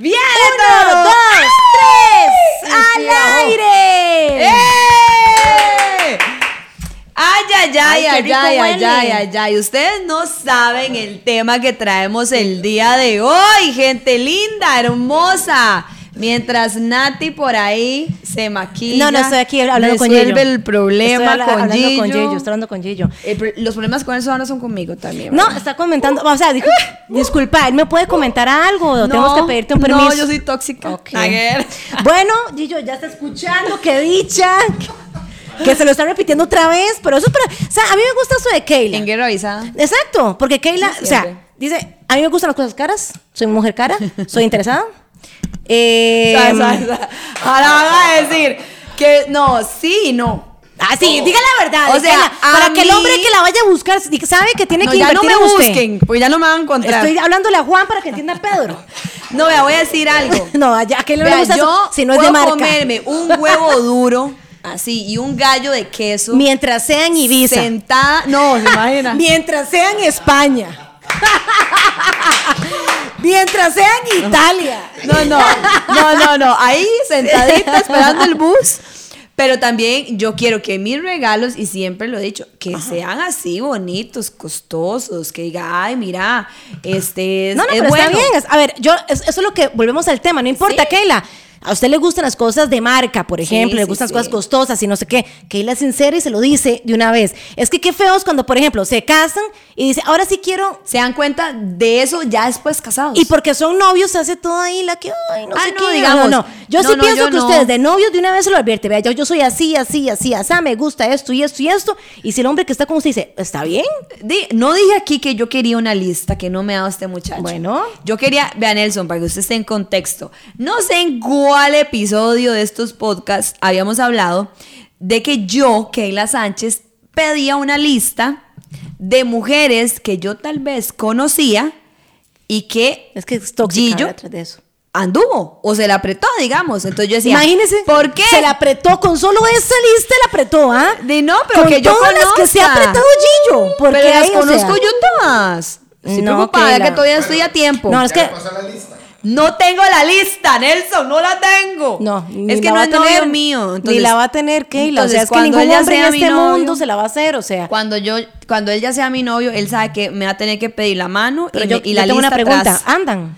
¡Bien! Uno, ¡Dos! dos, tres, Este, al Inflao. aire. ¡Eh! Ay, ay, ay, Ay, qué ay, rico ay, ay, huele. ay, ay, ay. Ustedes no saben el tema que traemos el día de hoy, gente linda, hermosa. Mientras Nati por ahí se maquilla. No, no estoy aquí hablando con Gillo. Resuelve el problema Estoy habla- con, hablando Gillo. con Gillo. Estoy hablando con Gillo. Eh, pero los problemas con él ahora son conmigo también. No, ¿verdad? está comentando. O sea, dijo, disculpa, él me puede comentar algo. No, Tenemos que pedirte un permiso. No, yo soy tóxica. Ok. Naguer. Bueno, Gillo ya está escuchando, qué dicha. Que se lo está repitiendo otra vez, pero eso es para. O sea, a mí me gusta eso de Keila. En guerra avisada. Exacto, porque Keila, Sí, o sea, siempre. dice, a mí me gustan las cosas caras, soy mujer cara, soy interesada. Eh, Sa- sa- sa- Ahora van a decir que no, sí y no. Ah, sí, diga la verdad. O O sea, sea, a para que el mí- hombre que la vaya a buscar diga- sabe que tiene No, que ya no invertir me en usted. busquen, pues ya no me van a encontrar. Estoy hablándole a Juan para que entienda a Pedro. No, vea, voy a decir algo. No, a a Keila no Vea, le gusta eso, yo si no es de puedo marca. comerme un huevo duro, así, y un gallo de queso. Mientras sea en Ibiza. Sentada. No, se imagina. Mientras sea en España. Mientras sea en Italia. No, no, no, no, no. Ahí sentadita esperando el bus. Pero también yo quiero que mis regalos, y siempre lo he dicho, que sean así bonitos, costosos, que diga, ay, mira, este es, No, no, es pero bueno. está bien. Es- A ver, yo, es- eso es lo que volvemos al tema. No importa, Sí. Keila. A usted le gustan las cosas de marca, por ejemplo, le sí, gustan sí. las cosas costosas y no sé qué. Keila es sincera y se lo dice de una vez. Es que qué feos cuando, por ejemplo, se casan y dice, ahora sí quiero. Se dan cuenta de eso ya después casados. Y porque son novios se hace todo ahí la que, ay, no Ah, sé no, qué. digamos. No, no. Yo No, sí no, pienso yo que no. ustedes de novios de una vez se lo advierte. Vea, yo, yo soy así, así, así, así, me gusta esto y esto y esto. Y si el hombre que está con usted dice, está bien, Di- no dije aquí que yo quería una lista que no me ha dado este muchacho. Bueno. Yo quería, vea Nelson, para que usted esté en contexto. No sé en cuál episodio de estos podcasts habíamos hablado de que yo, Keila Sánchez, pedía una lista de mujeres que yo tal vez conocía y que es que es tóxica Gillo detrás de eso. anduvo o se la apretó, digamos. Entonces yo decía, Imagínense. ¿por qué? Se la apretó con solo esa lista, la apretó, ¿ah? De no, pero con que yo todas las que se ha conozca. apretado Gillo. Porque Pero las ahí, o sea, conozco yo todas. Estoy No, preocupada Keila. que todavía estoy a tiempo. No, es que. No tengo la lista, Nelson, no la tengo. No, ni es que la no va a es novio tener, mío. Entonces, ni la va a tener Keila. O sea, es entonces, que cuando ningún ella hombre en sea mi este novio- mundo se la va a hacer. O sea, Cuando yo, cuando él ya sea mi novio, él sabe que me va a tener que pedir la mano y, pero yo, me- y yo la tengo lista una pregunta. atrás. ¿Andan?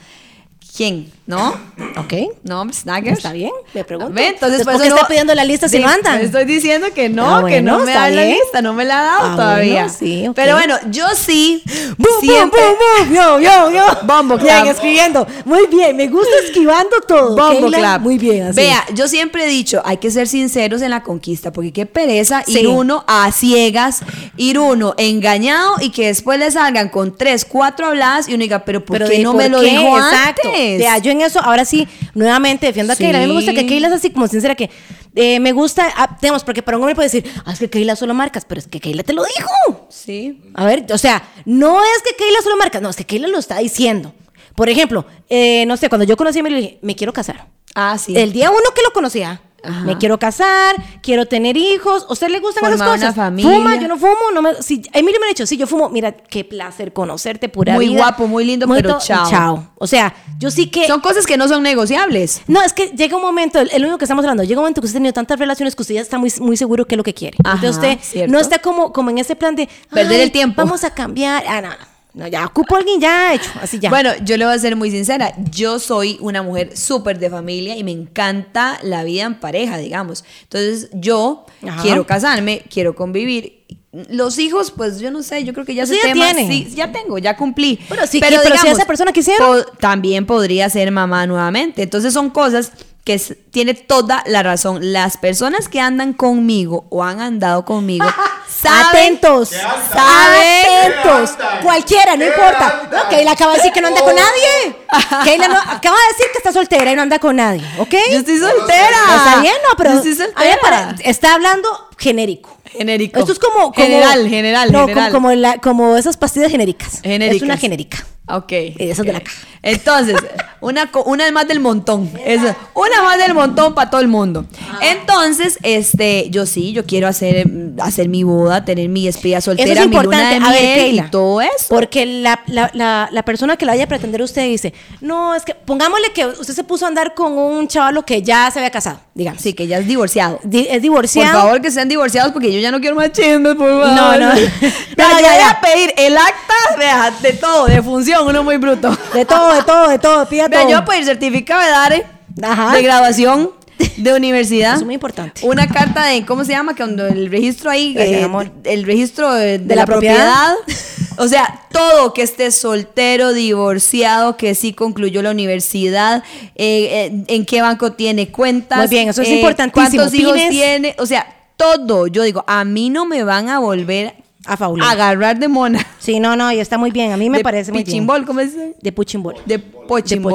¿Quién? ¿No? Ok. No, hombre, Snaggers. Está bien, me pregunto. Ve, Entonces, ¿por por eso qué no- está pidiendo la lista si Sí, no andan? Estoy diciendo que no, Ah, que no bueno, me está da la bien. lista, no me la ha dado Ah, todavía. bueno, sí, ok. Pero bueno, yo sí. ¡Bum, siempre, bum, bum, bum! ¡Yo, yo, yo! Bombo Bien, clap. escribiendo. Muy bien, me gusta esquivando todo. Bombo Keila, clap. Muy bien, así. Vea, yo siempre he dicho, hay que ser sinceros en la conquista, porque qué pereza Sí. ir uno a ciegas, ir uno engañado y que después le salgan con tres, cuatro habladas y uno diga, pero ¿por qué de no por me lo qué, dijo exacto. antes? Vea, yo en eso, ahora sí, nuevamente defiendo a Sí. Keila. A mí me gusta que Keila es así como sincera que eh, me gusta, ah, tenemos, porque para un hombre puede decir, ah, es que Keila solo marcas, pero es que Keila te lo dijo. Sí. A ver, o sea, no es que Keila solo marcas, no, es que Keila lo está diciendo. Por ejemplo, eh, no sé, cuando yo conocí a Emilio, le dije, me quiero casar. Ah, sí. El día uno que lo conocía. Ajá. Me quiero casar, quiero tener hijos. ¿A usted le gustan Formar esas cosas? una familia. Fuma, yo no fumo. No me, si, Emilio me ha dicho, sí, yo fumo. Mira, qué placer conocerte, pura Muy vida. guapo, muy lindo, pero todo- chao. Chao. O sea, yo sí que... Son cosas que no son negociables. no, es que llega un momento, el, el único que estamos hablando, llega un momento que usted ha tenido tantas relaciones que usted ya está muy, muy seguro que es lo que quiere. Ajá, Entonces usted cierto. no está como, como en ese plan de... Perder "Ay, el tiempo". Vamos a cambiar. Ah, no, no, ya ocupo a alguien ya hecho, así ya. Bueno, yo le voy a ser muy sincera. Yo soy una mujer súper de familia y me encanta la vida en pareja, digamos. Entonces, yo Ajá. quiero casarme, quiero convivir. Los hijos, pues yo no sé, yo creo que ya Sí, se ya tienen. Sí, ya tengo, ya cumplí. Bueno, sí, que- pero si esa persona quisiera. po- también podría ser mamá nuevamente. Entonces, son cosas que s- tiene toda la razón. Las personas que andan conmigo o han andado conmigo Saben- Atentos. Qué alta. Saben- Atentos. Qué alta. Cualquiera, no Qué importa. alta. No, Keila acaba de decir que no anda con nadie. Keila no- acaba de decir que está soltera y no anda con nadie. ¿Ok? Yo estoy soltera. Está bien, no, pero. Yo estoy a mí me soltera. pare- está hablando genérico. Genérico. Esto es como. como- General, general, No, como- general. Como, la- como esas pastillas genéricas. Genéricas. Es una genérica. Ok. Esa es Eh, de la ok. caja. Entonces, una, co- una más del montón. Esa- una más del montón para todo el mundo. Ah. Entonces, este, yo sí, yo quiero hacer, mm, hacer mi boda, tener mi despedida soltera, Eso es mi luna importante. de A ver, miel Keila. y todo eso. Porque la, la- la- la persona que la vaya a pretender usted dice, no, es que pongámosle que usted se puso a andar con un chavalo que ya se había casado, digamos. Sí, que ya es divorciado. Di- es Por divorciado. favor, que sean divorciados porque yo ya no quiero más chismes, por favor. No, no. No, No, yo ya, voy ya. a pedir el acta vea, de todo, de función, uno muy bruto. De todo, de todo, de todo, pida Vea, todo. yo voy a pedir certificado de DARE, Ajá. de graduación, de universidad. Eso es muy importante. Una carta de, ¿cómo se llama? Que cuando el registro ahí, eh, Gracias, amor. el registro de, de De la, la propiedad. propiedad. O sea, todo que esté soltero, divorciado, que sí concluyó la universidad, eh, eh, en qué banco tiene cuentas. eh, Muy bien, eso es importantísimo. ¿Cuántos hijos Pines. tiene? O sea, todo. Yo digo, a mí no me van a volver A a faular. agarrar de mona. Sí, no, no, y está muy bien. A mí me de parece muy bien. pichimbol, ¿cómo es? De puchimbol. De pochimbol.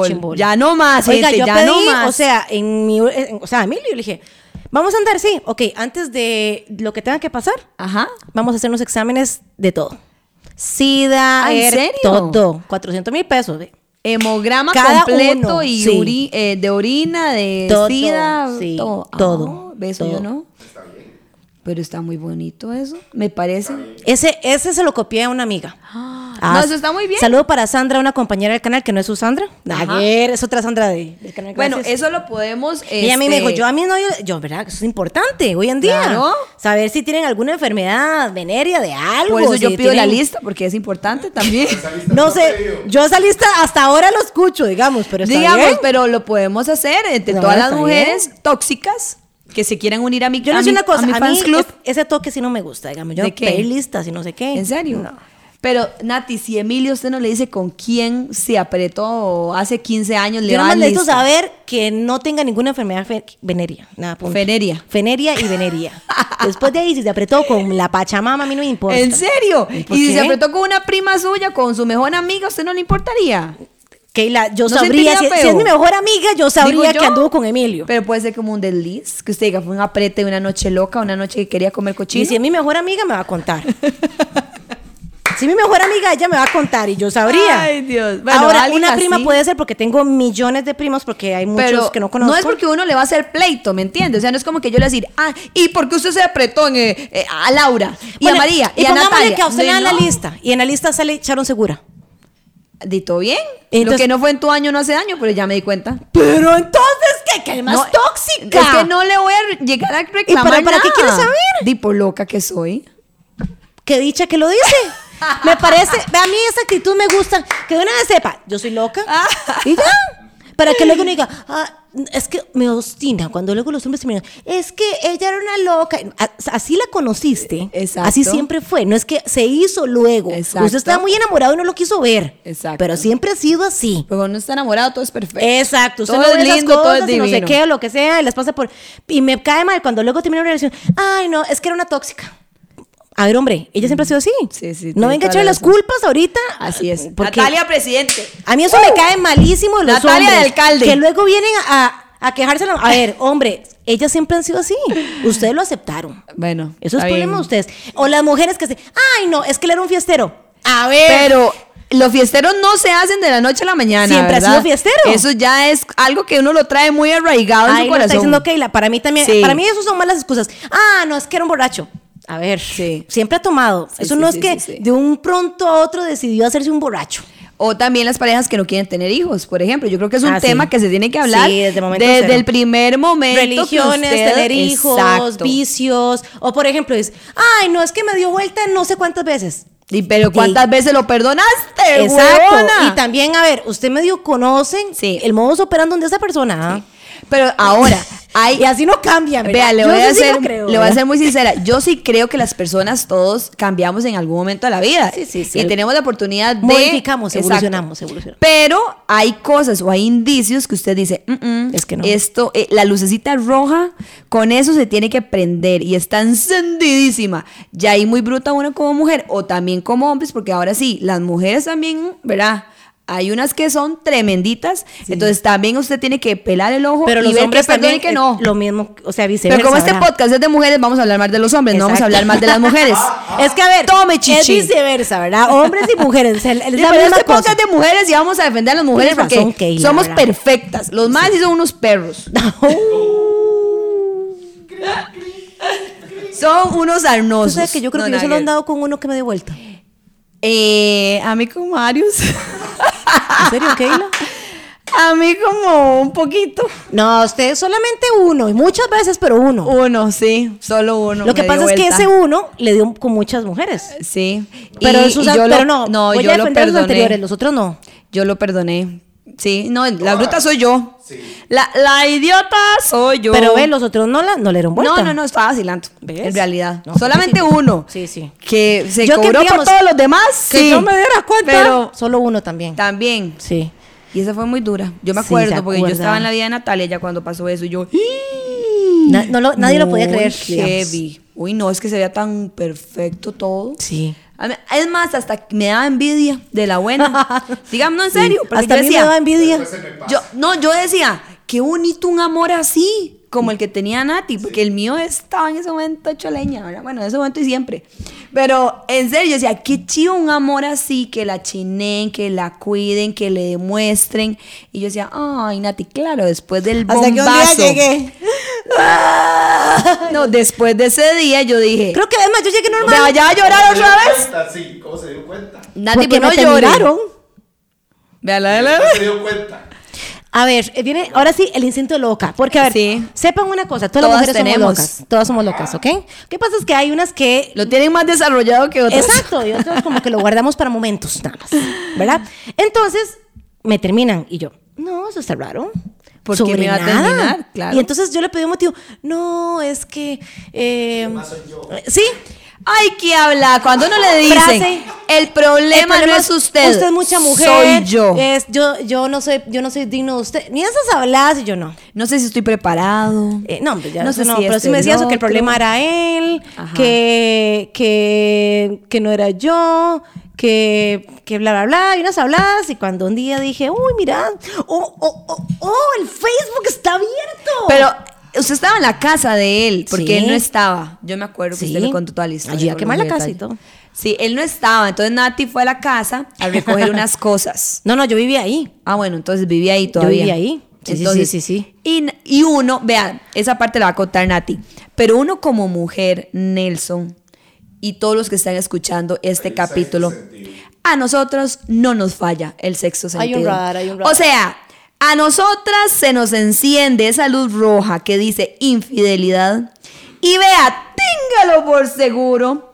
De pochimbol. Ya no más, Oiga, gente, yo ya pedí, no más. o sea, en mi, en- o sea, a Emilio le dije, vamos a andar, sí, ok, antes de lo que tenga que pasar, Ajá. vamos a hacer unos exámenes de todo. SIDA, Ah, ¿en ER, serio? todo. 400 mil pesos. eh. Hemograma Cada completo uno, y sí. uri- eh, de orina, de Todo, sida, sí, todo. todo, Ah, ¿ves? todo. Yo no. Pero está muy bonito eso, me parece. Ese, ese se lo copié a una amiga. Ah, no, eso está muy bien. Saludo para Sandra, una compañera del canal que no es su Sandra. Ajá. Naguer, es otra Sandra de- del canal. Bueno, gracias. eso lo podemos. Y ella a mí me dijo, este, yo a mí no, yo, yo, ¿verdad? Eso es importante hoy en día. Claro. Saber si tienen alguna enfermedad venérea de algo. Por eso yo si pido la tienen- lista, porque es importante también. No sé, yo esa lista hasta ahora lo escucho, digamos, pero está Digamos, bien. pero lo podemos hacer entre No, todas las está mujeres tóxicas que se quieran unir a mi yo a no sé mi- una cosa, a mi mí, fans club. es- ese toque sí no me gusta, digamos, yo ¿De qué? pedir listas y no sé qué. ¿En serio? No. Pero, Nati, si Emilio usted no le dice con quién se apretó hace 15 años, le Yo va nomás a necesito saber que no tenga ninguna enfermedad fe- veneria. Nada, punto. Feneria. Feneria y veneria. Después de ahí, si se apretó con la pachamama, a mí no me importa. ¿En serio? ¿Y por Y si qué? se apretó con una prima suya, con su mejor amiga, ¿usted no le importaría? Keila, yo ¿No sabría, sentiría si, si feo? es mi mejor amiga, yo Digo sabría yo. que anduvo con Emilio. Pero puede ser como un desliz, que usted diga, fue un aprete de una noche loca, una noche que quería comer y cochino. si es mi mejor amiga, me va a contar. si es mi mejor amiga, ella me va a contar y yo sabría. Ay, Dios. Bueno, Ahora, alguien una prima así. puede ser porque tengo millones de primos, porque hay muchos pero que no conozco. es porque uno le va a hacer pleito, ¿me entiende? O sea, no es como que yo le voy a decir, ah, ¿y por qué usted se apretó en, eh, eh, a Laura y Bueno, a María y, y a pongámosle Natalia? que a usted le No, dan la no. lista. Y en la lista sale Sharon Segura. ¿Di todo bien? Lo Entonces- que no fue en tu año no hace daño, pero ya me di cuenta. Pero entonces, ¿qué? ¿Qué más No, tóxica? Es que no le voy a re- llegar a reclamar para- para qué nada. quieres saber? Di por loca que soy. Qué dicha que lo dice. Me parece, a mí esa actitud me gusta. Que de una vez sepa, yo soy loca. y ya. Para que luego no diga, "Ah, es que me obstina. Cuando luego los hombres se miran, es que ella era una loca. A- Así la conociste. Exacto. Así siempre fue. No es que se hizo luego. Exacto. Usted estaba muy enamorado y no lo quiso ver. Exacto. Pero siempre ha sido así. Porque uno está enamorado, todo es perfecto. Exacto, usted Todo no es ve esas lindo, todo cosas es y no sé divino. qué o lo que sea, y las pasa por. Y me cae mal cuando luego termina una relación. Ay, no, es que era una tóxica. A ver, hombre, ella siempre ha sido así. Sí, sí, tiene No venga a toda echarle la las razón. culpas ahorita. Así es. Porque Natalia, presidente. A mí eso me cae malísimo de los Natalia de hombres. alcalde. Que luego vienen a, a quejarse. A ver, hombre, ellas siempre han sido así. Ustedes lo aceptaron. Bueno, Eso es está problema bien. de ustedes. O las mujeres que se. Ay, no, es que él era un fiestero. A ver. Pero los fiesteros no se hacen de la noche a la mañana. Siempre ha ¿verdad? sido fiestero. Eso ya es algo que uno lo trae muy arraigado en Ahí su lo está corazón. diciendo Keila. Para mí también. Sí. Para mí, eso son malas excusas. Ah, no, es que era un borracho. A ver, Sí. siempre ha tomado. Sí, eso sí, no sí, es que sí, sí. de un pronto a otro decidió hacerse un borracho. O también las parejas que no quieren tener hijos, por ejemplo. Yo creo que es un Ah, sí. tema que se tiene que hablar Sí, desde momento cero. el primer momento. que Religiones, usted- tener hijos, Exacto. vicios. O por ejemplo, es, ay, no, es que me dio vuelta no sé cuántas veces. Y pero ¿cuántas Sí. veces lo perdonaste? Exacto. huevona? Y también, a ver, usted medio conoce Sí. el modus operandi de esa persona. ¿ah? Pero ahora, hay, Y así no cambian. ¿verdad? Vea, le Yo voy, eso a sí ser, lo creo, le voy a ¿verdad? ser muy sincera. Yo sí creo que las personas todos cambiamos en algún momento de la vida. Sí, sí, sí. Y tenemos la oportunidad de. Modificamos, Exacto. evolucionamos, evolucionamos. Pero hay cosas o hay indicios que usted dice, "Mm, mm, Es que no". Esto, eh, la lucecita roja, con eso se tiene que prender y está encendidísima. Ya ahí muy bruta uno como mujer o también como hombres, porque ahora sí, las mujeres también, ¿verdad? Hay unas que son tremenditas, entonces también usted tiene que pelar el ojo Pero y los ver hombres que perdone también que no. eh, lo mismo, o sea, viceversa. Pero como este ¿verdad? podcast es de mujeres, vamos a hablar más de los hombres, no vamos a Exacto. hablar más de las mujeres. Es que a ver, Tome, es chichi. viceversa, ¿verdad? Hombres y mujeres, es el- es Sí, la pero misma este cosa. podcast es de mujeres y vamos a defender a las mujeres Tienes porque razón, Keila, somos ¿verdad? perfectas. Los más sí son unos perros. Son unos Tú arnosos. sabes que yo creo No, que yo nada solo he ver. andado con uno que me dé vuelta. ¿En Eh, a mí con varios. serio, Keila? A mí como un poquito. No, usted solamente uno, y muchas veces, pero uno. Uno, sí, solo uno. Lo que me pasa dio es que vuelta. ese uno le dio con muchas mujeres. Sí. Pero, Y- esos y an- yo lo- pero no, no, voy yo a lo defender los perdoné. anteriores, los otros no. Yo lo perdoné. Sí, no, la bruta soy yo. La, la idiota soy yo. Pero ve, los otros no, la, no le dieron vuelta. No, no, no, estaba vacilando. ¿Ves? En realidad. No, pues, Solamente sí. uno. Sí, sí. Que se Yo que, cobró por digamos, todos los demás. Que sí. yo me diera cuenta. Pero solo uno también. también. Sí. Y esa fue muy dura. Yo me Sí, se acuerdo, porque yo acuerda. estaba en la vida de Natalia ya cuando pasó eso. Y yo. Na- no lo- nadie lo podía Mm. Muy creer. digamos. Heavy. Uy, no, es que se veía tan perfecto todo. Sí. A mí- Es más, hasta me daba envidia de la buena. Dígame, no, en serio. porque Hasta yo a mí decía, me daba envidia. yo, no, yo decía, qué bonito un amor así, como el que tenía Nati, porque el mío estaba en ese momento hecho leña, ¿verdad? Bueno, en ese momento y siempre. Pero en serio, yo decía, qué chido un amor así, que la chinen, que la cuiden, que le demuestren. Y yo decía, ay, Nati, claro, después del bombazo. No, después de ese día yo dije, Creo que además yo llegué normal. "Vea, ya va a llorar otra vez. cuenta? Sí, ¿cómo se dio cuenta? Nati, porque pero no me llore. terminaron. Vea, la, la, ¿Cómo la. se dio cuenta? A ver, eh, viene ahora sí el instinto loca. Porque, a ver, Sí. sepan una cosa, todas, las Todas mujeres tenemos. somos locas. Todas somos locas, ¿ok? ¿Qué pasa es que hay unas que. Lo tienen más desarrollado que otros. Exacto, y otras como que lo guardamos para momentos, nada más. ¿Verdad? Entonces, me terminan y yo, no, eso está raro. ¿Por Sobre qué me va a nada. terminar? Claro. Y entonces yo le pedí un motivo, no, es que. eh, eh, Sí, Hay que hablar. Cuando uno le dicen, Frase. el problema, El problema no es usted. Usted es mucha mujer. eh, Soy yo. Es, yo, yo, no soy, yo no soy digno de usted. Ni esas hablas y yo no. no sé si estoy preparado. Eh, no, hombre, ya No no sé sé, no. si pero este, sí me decía el eso, que el otro. problema era él, Ajá. que, que, que no era yo, que, que bla, bla, bla, y unas habladas. Y cuando un día dije, uy, mira, oh, oh, oh, oh, el Facebook está abierto. Pero usted estaba en la casa de él, porque Sí. él no estaba. Yo me acuerdo Sí. que usted me contó toda la historia. Ayuda a con quemar lujo la y casa y detalle. todo. Sí, él no estaba. Entonces Nati fue a la casa a recoger unas cosas. No, no, yo vivía ahí. Ah, bueno, entonces vivía ahí todavía. vivía ahí. Sí, sí, Entonces, sí, sí, sí. Y, y uno, vean, esa parte la va a contar Nati. Pero uno como mujer, Nelson, y todos los que están escuchando este El capítulo, sexto sentido. a nosotros no nos falla el sexto Hay sentido. un radar, hay un radar. O sea, a nosotras se nos enciende esa luz roja que dice infidelidad. Y vea, téngalo por seguro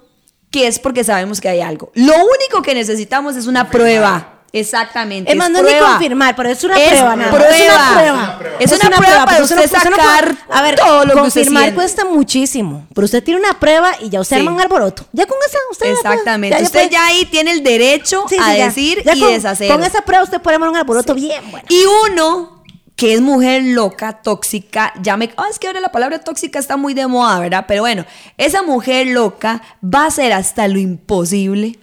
que es porque sabemos que hay algo. Lo único que necesitamos es una prueba. Exactamente. Es más, no es ni confirmar, pero es una prueba, nada más. prueba. Es una prueba. Es una prueba para porque usted es una prueba. sacar A ver, todo lo que usted confirmar siente. cuesta muchísimo. Pero usted tiene una prueba y ya usted Sí. arma un alboroto. Ya con esa, usted ya puede- Exactamente. ya- ya usted puede- ya ahí tiene el derecho Sí, sí, a ya. decir Ya y con, deshacer. Con esa prueba usted puede armar un alboroto bien bueno. Y uno que es mujer loca, tóxica, ya me... ah, es que ahora la palabra tóxica está muy de moda, ¿verdad? Pero bueno, esa mujer loca va a hacer hasta lo imposible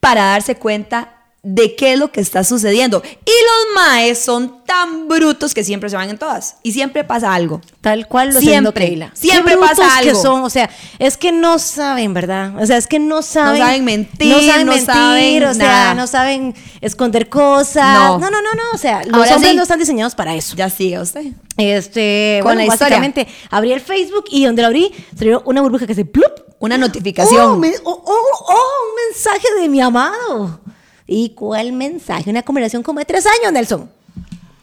para darse cuenta de qué es lo que está sucediendo. Y los maes son tan brutos que siempre se van en todas. Y siempre pasa algo. Tal cual lo Siempre, siendo Keila. siempre Qué brutos pasa que algo. son, o sea, es que no saben, ¿verdad? O sea, es que no saben. saben mentir, no saben no mentir, saben o sea, nada. no saben esconder cosas. No. No, no, no, no, o sea, los Ahora hombres sí. no están diseñados para eso. Ya siga usted. Este, Con bueno, la historia. básicamente abrí el Facebook y donde lo abrí salió una burbuja que se plup. Una notificación. Oh, me- oh, oh, oh, un mensaje de mi amado. ¿Y cuál mensaje? Una conversación como de tres años, Nelson.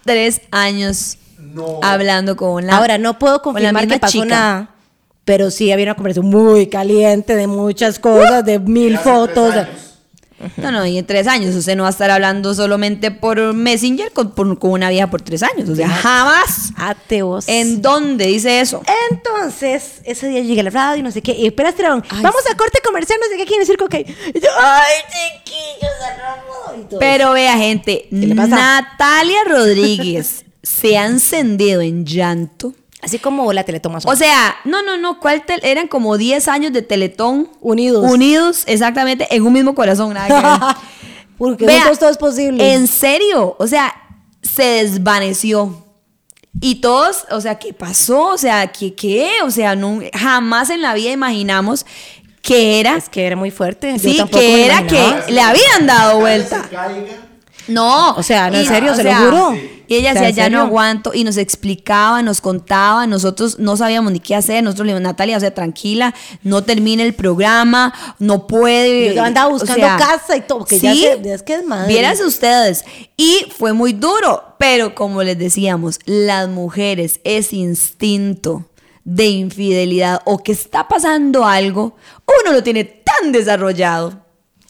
Tres años No. hablando con la... Ahora no puedo con la confirmar misma que pasó chica. nada, pero sí había una conversación muy caliente de muchas cosas, de mil Hace tres fotos. años. No, no, y en tres años usted no va a estar hablando solamente por Messenger con, por- con una vieja por tres años. O sea, jamás. Ateos. ¿En dónde dice eso? Entonces, ese día llegué a la radio y no sé qué. Y espera, Estrabón, Ay, vamos sí. a corte comercial, no sé qué, aquí en el circo, ok. Y yo, ay, chiquillos, no puedo", y todo Pero vea, gente, le pasa? Natalia Rodríguez se ha encendido en llanto. eso. Así como la Teletón más O sea, no, no, no, ¿cuál tel- eran como 10 años de Teletón? Unidos. Unidos, exactamente, en un mismo corazón. Nada que ver. Porque Vea, juntos todo es posible. En serio, o sea, se desvaneció. Y todos, o sea, ¿qué pasó? O sea, ¿qué? qué? O sea, no, jamás en la vida imaginamos que era, Es que era muy fuerte. yo sí, tampoco me que era imaginaba. que le habían dado Se vuelta. caiga. No. O sea, no, en y- serio, o se lo sea, juro. Y ella O sea, decía, en ya no serio. aguanto. Y nos explicaba, nos contaba. Nosotros no sabíamos ni qué hacer. Nosotros le dijimos, Natalia, o sea, tranquila, no termine el programa, no puede. Yo andaba buscando casa y todo, porque ya se- es que es madre. Vieras ustedes. Y fue muy duro. Pero como les decíamos, las mujeres, ese instinto de infidelidad o que está pasando algo, uno lo tiene tan desarrollado.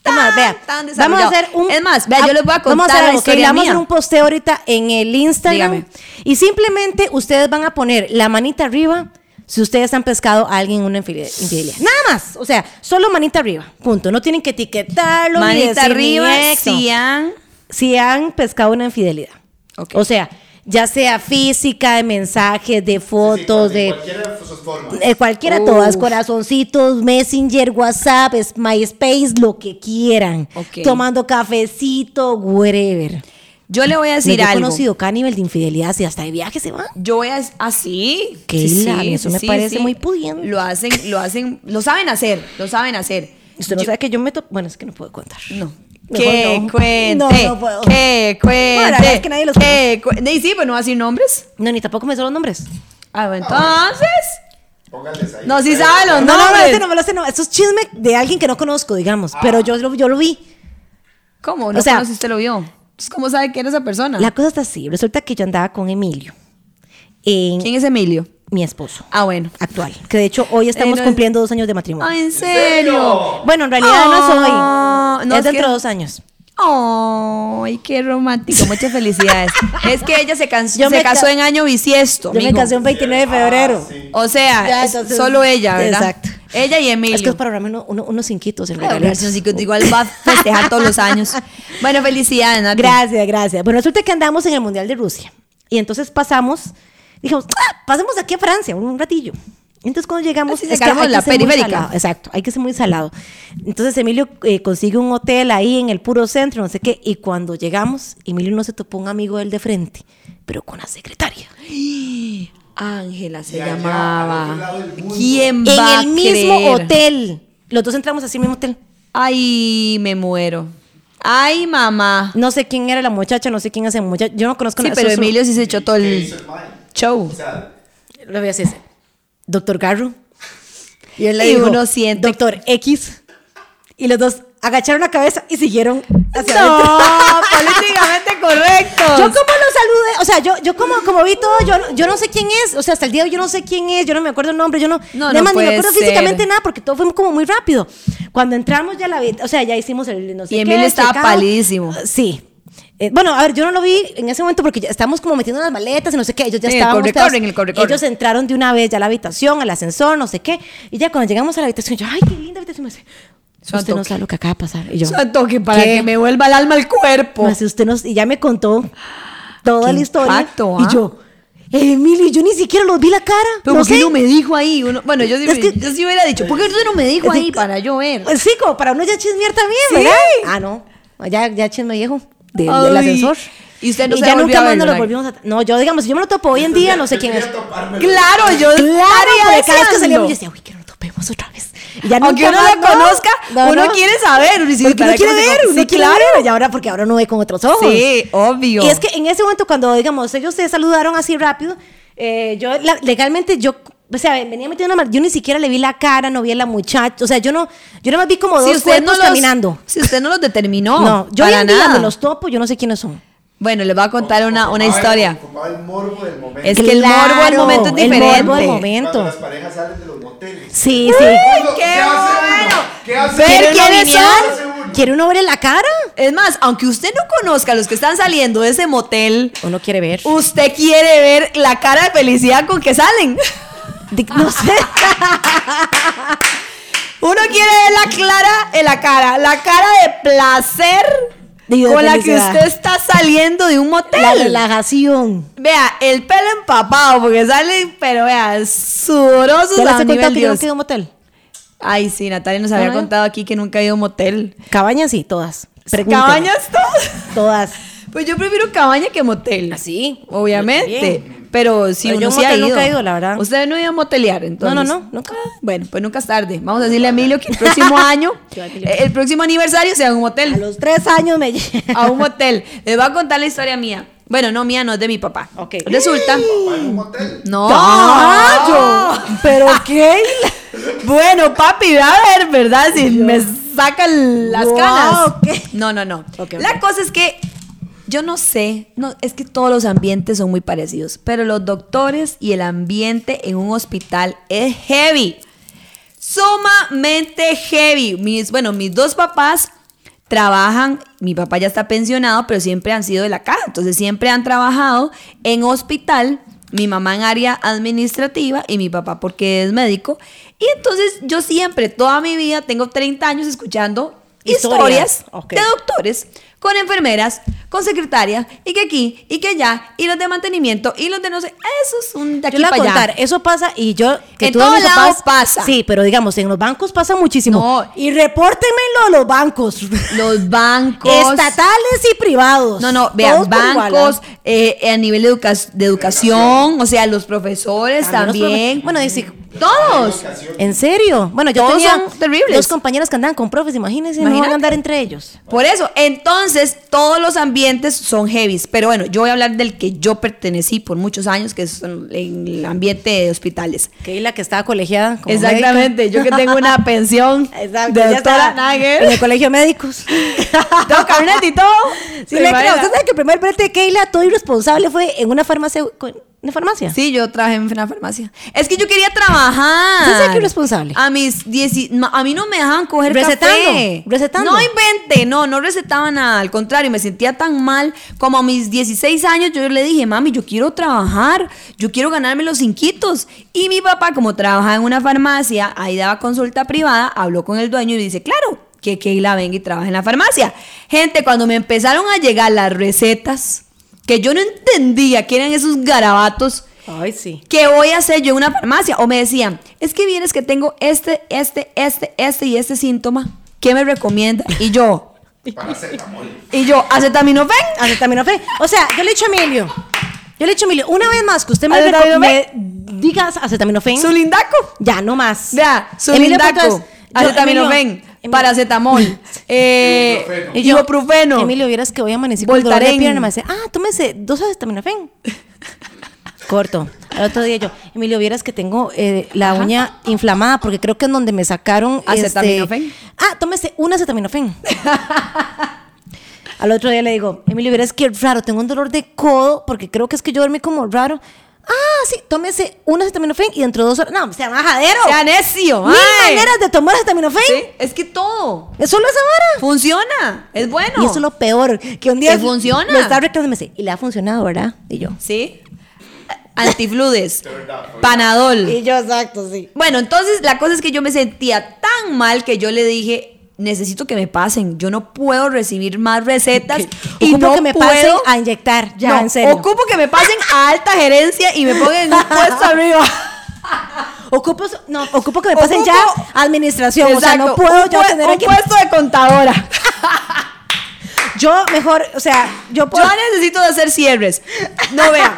Tan, Vamos, vea, tan vamos desarrollado. a hacer un. Es más, vea, yo les voy a contar Vamos a hacer la algo, que historia vamos a mía. hacer un posteo ahorita en el Instagram. Dígame. Y simplemente ustedes van a poner la manita arriba si ustedes han pescado a alguien en una infide- infidelidad. Nada más. O sea, solo manita arriba. Punto. No tienen que etiquetarlo. ni Manita decir ni arriba, esto. si han- si han pescado una infidelidad. Ok. O sea, ya sea física, de mensajes, de fotos, Sí, sí, de. Cualquiera de sus formas. Eh, cualquiera, Uf. todas, corazoncitos, Messenger, WhatsApp, es- MySpace, lo que quieran. Ok. Tomando cafecito, wherever. Yo le voy a Me- decir yo he algo. conocido caníbal de infidelidad, si hasta de viaje se va. Yo voy a ¿Ah, así. Qué labia, eso me parece muy pudiente. Lo hacen, lo hacen, lo saben hacer, lo saben hacer. Usted no sabe que yo me to- Bueno, es que no puedo contar. No. Mejor Que no. cuente. No, no puedo. Que cuente. No, la verdad es que nadie los que cuente. Y sí, pero no va a decir nombres. No, ni tampoco me sé los nombres. Ah, bueno, entonces. Póngales ahí. No, sí Pero- sabe los No, no, nombres. no, no, me lo sé, no. Eso es chisme de alguien que no conozco, digamos. Pero yo, lo- yo lo vi. ¿Cómo? No O sea- conoce, usted lo vio. Entonces, ¿Cómo sabe quién era esa persona? La cosa está así. Resulta que yo andaba con Emilio. En ¿Quién es Emilio? mi esposo Ah, bueno. actual. Que de hecho hoy estamos no es- cumpliendo dos años de matrimonio. Ah, ¿en serio? Bueno, en realidad Ah, no es hoy. no, es es que- dentro de dos años. Ay, qué romántico. Muchas felicidades. es que ella se, can- Yo se me ca- casó en año bisiesto. Yo me amigo. casé el 29 de febrero. O sea, Ya, es entonces- solo ella, ¿verdad? Exacto. Ella y Emilio. Es que es para ahorrarme uno- uno- unos cinquitos en Ay, regalos. gracias, sí, que igual va a festejar todos los años. Bueno, felicidades, Nati. Gracias, gracias. Bueno, resulta que andamos en el Mundial de Rusia. Y entonces pasamos, dijimos, "Ah, pasemos aquí a Francia un ratillo. Entonces cuando llegamos... Así se es que acabamos hay que la ser muy periférica. salado. Exacto, hay que ser muy salado. Entonces Emilio eh, consigue un hotel ahí en el puro centro, no sé qué. Y cuando llegamos, Emilio no se topó un amigo de él de frente, pero con la secretaria. Ángela se Y allá, al llamaba. otro lado del mundo. ¿Quién En va el a mismo creer? hotel. Los dos entramos así al mismo hotel. Ay, me muero. Ay, mamá. No sé quién era la muchacha, no sé quién es el muchacho. Yo no conozco Sí, nada. pero Eso es- Emilio sí se echó todo ¿Qué hizo el el mae? show. O sea, Lo veo así, ese. Doctor Garro. Y, Le dijo, uno siente. Doctor X. Y los dos agacharon la cabeza y siguieron hacia adentro. no, políticamente correcto. Yo como lo saludé, o sea, yo, yo como, como vi todo, yo, no- yo no sé quién es, o sea, hasta el día de hoy yo no sé quién es, yo no me acuerdo el nombre, yo no, No, nada no más ni me puede acuerdo ser. físicamente nada, porque todo fue como muy rápido. Cuando entramos ya la vi, o sea, ya hicimos el no sé Y qué, Emilio estaba checkout. palidísimo. Sí. Eh, bueno, a ver, yo no lo vi en ese momento porque ya estábamos como metiendo las maletas y no sé qué, ellos ya Sí, el estaban corre, hospedados. corre, en el corre, corre. Ellos entraron de una vez ya a la habitación, al ascensor, no sé qué, y ya cuando llegamos a la habitación, yo, ay, qué linda habitación, me dice, Su usted no antoque. sabe lo que acaba de pasar. Y yo, Santo, que para ¿qué? que me vuelva el alma al cuerpo. Más si usted nos, y ya me contó toda Qué la historia. impacto, ¿ah? Y yo, Emilio, yo ni siquiera los vi la cara. Pero no ¿por qué sé. no me dijo ahí? Uno- bueno, yo sí, Es que- yo sí hubiera dicho, ¿por qué usted no me dijo Es que- ahí para yo ver? Pues Sí, como para uno ya chismear también, Sí. ¿verdad? Ah, no. Ya, ya chisme viejo. de- Ay. del ascensor. Y usted no se ya volvió nunca a más ver, nos lo ¿verdad? volvimos a. No, yo, digamos, si yo me lo topo hoy en día, no sé yo quién quería es. topármelo. Claro, yo Claro, estaría pero cada vez que salíamos, deseando. yo decía, uy, que no nos topemos otra vez. Y ya Aunque nunca uno más, la no. conozca, No, uno no. quiere saber. uno dice, Porque uno "¿Para qué quiere no se ver, conoce?". uno Sí, quiere claro. ver. Y ahora, porque ahora uno ve con otros ojos. Sí, obvio. Y es que en ese momento, cuando, digamos, ellos se saludaron así rápido, eh, yo la- legalmente, yo, o sea, venía metiendo una mar- yo ni siquiera le vi la cara, no vi a la muchacha, o sea, yo no, yo nada más vi como Si dos usted cuerpos no los- caminando. Si usted no los determinó, No, yo hoy para en día nada. me los topo, yo no sé quiénes son. Bueno, les voy a contar una, una ocupaba- historia. ocupaba el morbo del momento. Es- que el morbo al momento es El morbo al diferente. Cuando las momento. parejas salen de los moteles. Sí, sí. qué hace bueno! uno? ¿Qué hace Ver uno? quiénes ¿Qué son. hace uno? ¿Quiere uno ver la cara? Es más, aunque usted no conozca a los que están saliendo de ese motel, Uno quiere ver. usted quiere ver la cara de felicidad con que salen. Di- No sé. Uno quiere ver la clara en la cara, la cara de placer Y de con la que felicidad. usted está saliendo de un motel. La relajación. Vea, el pelo empapado, porque sale, pero vea, sudoroso ¿Ya les a he contado que yo nivel Dios. nunca he ido a un motel? Ay, sí, Natalia nos había Ajá. contado aquí que nunca ha ido a un motel. Cabañas sí, todas. Pregúnteme. ¿Cabañas todas? Todas. Pues yo prefiero cabaña que Ah, motel. Así. Obviamente. Pero si Pero uno yo sí ha motel ido. nunca he ido, la verdad. Usted no iba a motelear, entonces. No, no, no, nunca. Ah, Bueno, pues nunca es tarde. Vamos a decirle a Emilio que el próximo año, Yo a Emilio. eh, el próximo aniversario sea en un A motel. los tres años me lle- A un motel. Les voy a contar la historia mía. Bueno, no mía, no es de mi papá. Ok. Resulta. Para un motel. No. Ah, ¡Caballo! ¿Pero qué? Bueno, papi, va a ver, ¿verdad? Si me sacan las Wow, canas. ok. No, no, no. Ok, ok. La cosa es que yo no sé, no, es que todos los ambientes son muy parecidos, pero los doctores y el ambiente en un hospital es heavy. Sumamente heavy. Mis, bueno, mis dos papás trabajan, mi papá ya está pensionado, pero siempre han sido de la casa, entonces siempre han trabajado en hospital, mi mamá en área administrativa y mi papá porque es médico. Y entonces yo siempre, toda mi vida, tengo 30 años escuchando historias, Historias, ok. de doctores con enfermeras, con secretarias, y que aquí, y que allá, y los de mantenimiento, y los de no sé, eso es un de Yo aquí le voy a para allá. contar, eso pasa y yo... En todos todos mis lados papás- pasa. Sí, pero digamos, en los bancos pasa muchísimo. No. Y repórtenmelo a los bancos. Los bancos. Estatales y privados. No, no, vean, Todos por igual, ¿ah? bancos, eh, eh, a nivel de, educa- de educación, o sea, los profesores También los también. profe- bueno, dice, todos. ¿en serio? Bueno, yo Todos tenía son terribles. dos compañeras que andaban con profes, imagínense, no van Imagínate. a andar entre ellos. Por eso, entonces, todos los ambientes son heavies. Pero bueno, yo voy a hablar del que yo pertenecí por muchos años, que es en el ambiente de hospitales. Que la que estaba colegiada como Exactamente, médica. yo que tengo una pensión Exacto, de ya doctora estaba En el Nagel. colegio de médicos. Tengo carnet y todo. Sí, ¿Se le creo. imagina? ¿Usted sabe que el primer brete de Keila, todo irresponsable, fue en una farmacia? con- ¿Una farmacia? Sí, yo trabajé en una farmacia. Es que yo quería trabajar. ¿Usted sabe qué irresponsable? A mis 10, no, a mí no me dejaban coger Recetando, café. recetando. No inventé, no, no recetaba nada. Al contrario, me sentía tan mal. Como a mis 16 años yo le dije, mami, yo quiero trabajar. Yo quiero ganarme los cinquitos. Y mi papá, como trabajaba en una farmacia, ahí daba consulta privada, habló con el dueño y dice, claro, que Keila venga y trabaje en la farmacia. Gente, cuando me empezaron a llegar las recetas, que yo no entendía que eran esos garabatos. Ay, sí. ¿Qué voy a hacer yo en una farmacia? O me decían, es que vienes que tengo este, este, este, este y este síntoma. ¿Qué me recomienda? Y yo, Para acetamol. y yo, acetaminofén. Ah, Acetaminofén. O sea, yo le he dicho a Emilio. Yo le he dicho a Emilio, una vez más que usted me, reco- me Acetaminofén. digas acetaminofén, Sulindaco. ya no más. Vea, Emilio sulindaco, Portas, yo- acetaminofén, Emilio, Emilio- paracetamol, eh, Y yo, ibuprofeno. Emilio, vieras que hoy amanecí con dolor de Voltaren. pierna. Me dice, ah, tómese dos acetaminofén. Corto. Al otro día yo, Emilio, vieras que tengo eh, la uña inflamada porque creo que es donde me sacaron este- Acetaminofén. ah, tómese un acetaminofén. Al otro día le digo, Emilio, vieras que raro, tengo un dolor de codo porque creo que es que yo dormí como raro. Ah, sí, tómese un acetaminofén y dentro de dos horas. No, sea majadero. Sea necio. Mil ay. maneras de tomar acetaminofén. Sí, Es que todo Es solo esa vara. funciona. Es bueno. Y eso es lo peor, que un día Que funciona. me está reclamando y me dice, y le ha funcionado, ¿verdad? Y yo. ¿Sí? Antifludes, panadol. yo, exacto, sí. Bueno, entonces la cosa es que yo me sentía tan mal que yo le dije, necesito que me pasen, yo no puedo recibir más recetas y ocupo no que me puedo- pasen a inyectar, ya, No, en serio. Ocupo, Ocupo que me pasen a alta gerencia y me pongan en un puesto arriba. no, ocupo que me pasen Ocupo- ya administración, o sea, no Exacto, puedo un ya pue- tener un aquí. puesto de contadora. Yo mejor, o sea, yo puedo... Yo necesito de hacer cierres. No vea.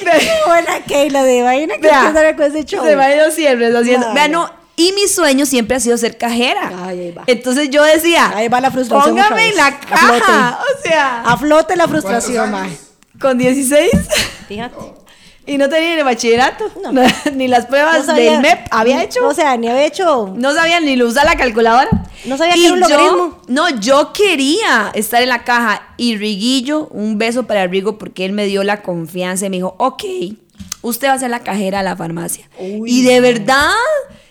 Qué buena Keila de vaina que Vea, quiero saber con ese show. Se va a ir los cierres haciendo. Vale. Vea, no. Y mi sueño siempre ha sido ser cajera. Ay, ahí va. Entonces yo decía, Ahí va la frustración otra Póngame vez. en la A flote. Ah. caja. O sea, A flote la ¿Cuántos frustración, ma. años? con 16 Fíjate. y no tenía ni el bachillerato, No. ni las pruebas No sabía- del MEP había hecho. O sea, ni había hecho... No sabía ni usar la calculadora. No sabía que era un yo- logaritmo. no, yo quería estar en la caja. Y Riguillo, un beso para Rigo porque él me dio la confianza y me dijo, ok, usted va a ser la cajera de la farmacia. y de verdad,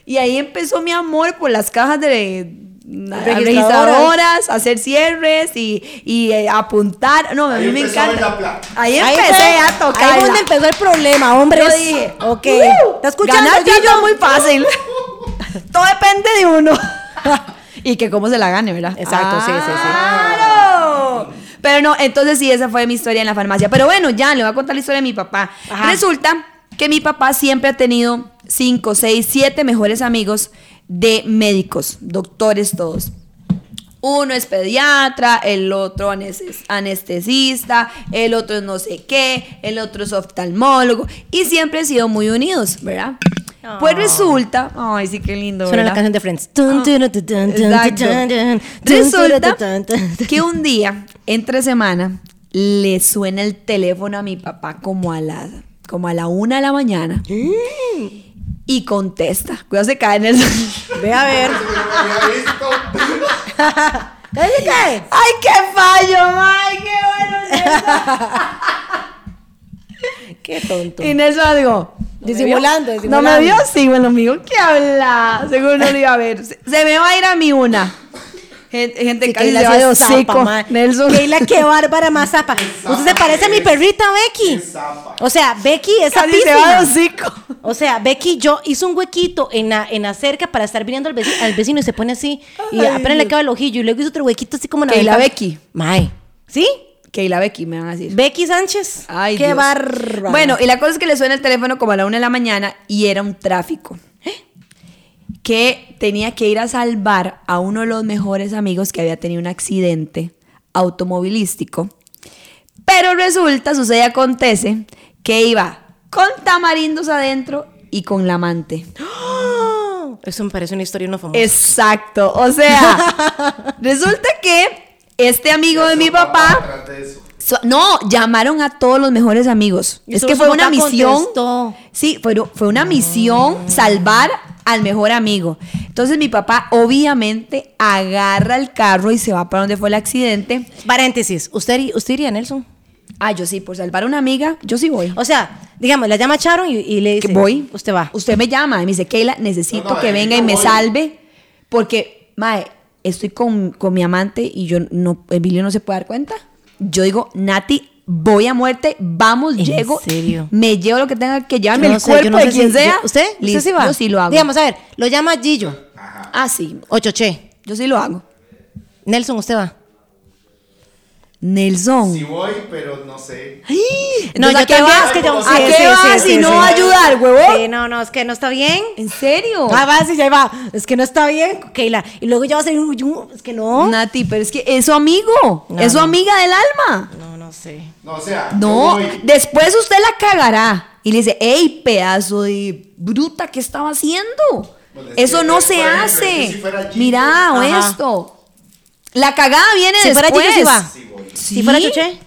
y ahí empezó mi amor por las cajas de, Registradoras. registradoras, hacer cierres y, y, eh, apuntar. No, a mí Ahí me empezó a ver la encanta. plata. Ahí Ahí empecé fue- a Ahí fue tocar. donde empezó el problema, hombre. Yo dije, ok. "Uh, ¿Está escuchando? Ganar Gillo? plata es muy fácil. Todo depende de uno. y que cómo se la gane, ¿verdad? Exacto, sí, sí, sí. ¡Claro! Pero no, entonces sí, esa fue mi historia en la farmacia. Pero bueno, ya le voy a contar la historia de mi papá. Ajá. Resulta que mi papá siempre ha tenido cinco, seis, siete mejores amigos de médicos, doctores todos. Uno es pediatra, el otro anes- anestesista, el otro es no sé qué, el otro es oftalmólogo. Y siempre han sido muy unidos, ¿verdad? Pues resulta. Ay, sí, qué lindo. Suena la ¿verdad? Ah, canción de Friends. Tun, tun, tun, tun, tun, Exacto. tun, tun, Resulta tun, tun, tun, tun. que un día, entre semana, le suena el teléfono a mi papá como a la, como a la una de la mañana. Mm. Y contesta. Cuidado, se cae en el. Ve a ver. ¿Dónde se cae? ¡Ay, qué fallo, May! ¡Qué Qué tonto. bueno! Inés algo. Disimulando, ¿No disimulando. me vio? Sí, bueno, amigo, ¿qué habla? Seguro no lo iba a ver. Se se me va a ir a mi una. Gente, gente Sí, casi Keila se va sí de es zapa, hocico. ma. Nelson. Keila, qué bárbara más zapa. Usted se parece a mi perrita Becky. Qué zapa. O sea, Becky es Casi se va de zapísima. hocico. O sea, Becky yo hizo un huequito en la, en la cerca para estar viniendo al vecino, al vecino y se pone así. y Ay, apenas le Dios. cabe el ojillo. Y luego hizo otro huequito así como en Keila ventana. Becky. Mae. ¿Sí? Keila Becky, me van a decir. Becky Sánchez. Ay, qué Dios. bárbara. Bueno, y la cosa es que le suena el teléfono como a la una de la mañana y era un tráfico. ¿eh? Que tenía que ir a salvar a uno de los mejores amigos que había tenido un accidente automovilístico. Pero resulta, sucede, acontece, que iba con tamarindos adentro y con la amante. Eso me parece una historia no famosa. Exacto. O sea, resulta que este amigo de mi papá. So- no, llamaron a todos los mejores amigos. Y Es solo que su fue una papá misión. contestó. Sí, fue, fue una misión salvar al mejor amigo. Entonces mi papá obviamente agarra el carro y se va para donde fue el accidente. Paréntesis. ¿Usted, usted iría, Nelson? Ah, yo sí, por salvar a una amiga, yo sí voy. O sea, digamos, la llama Charon y, y le Que dice... voy. Usted va. Usted me llama y me dice, Keila, necesito No, no, que eh, venga yo y me voy. salve. Porque, mae, estoy con, con mi amante y yo no, Emilio no se puede dar cuenta. Yo digo, Nati, voy a muerte, vamos, ¿En llego. serio? Me llevo lo que tenga que Yo llevarme, el no sé, yo cuerpo no de sé si- quien sea. yo- ¿Usted? ¿Usted sí Listo, va? Yo sí lo hago. Digamos, a ver, lo llama Gillo. ah, sí, O Choché. yo sí lo hago. Nelson, ¿usted va? Nelson. Si voy, pero no sé. No, Entonces, yo ¿a qué también, vas? es que yo- ¿A sí, qué sí, vas sí, si sí, no sí. va a ayudar, huevón? Sí, no, no, es que no está bien. ¿En serio? Ah, va, sí, ya va. Es que no está bien, Keila. Y luego ya va a ser un- un- Es que no. Nati, pero es que es su amigo, No, es su no. amiga del alma. No, no sé. No, o sea. No, yo voy. después usted la cagará y le dice, hey, pedazo de bruta, ¿qué estaba haciendo? Bueno, Pues es Eso que, no por se ejemplo, es que si hace. fuera Gillo- Mira, o Ajá. esto. La cagada viene Si fuera después. Gillo, sí va. Sí voy. ¿Sí? ¿Si fuera Choché?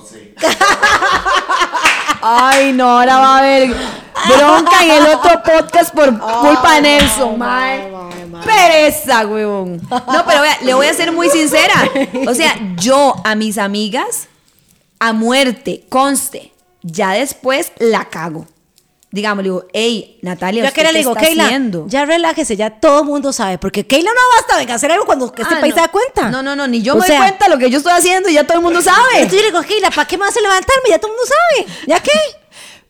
sé. Ay, no, ahora va a haber bronca en el otro podcast por culpa Ah, de Nelson, mae. Pereza, huevón. No, pero vea, le voy a ser muy sincera. O sea, yo a mis amigas, a muerte, conste, ya después la cago. Digamos, le digo, hey, Natalia, Yo a ¿usted Keila ¿qué le digo, está Keila, haciendo? ya relájese, ya todo el mundo sabe. Porque Keila no basta de hacer algo cuando que este Ah, país se no. da cuenta. No, no, no, ni yo O me sea, doy cuenta lo que yo estoy haciendo y ya todo el mundo sabe. Entonces yo le digo, Keila, ¿para qué me hace levantarme? Ya todo el mundo sabe. ¿Ya qué?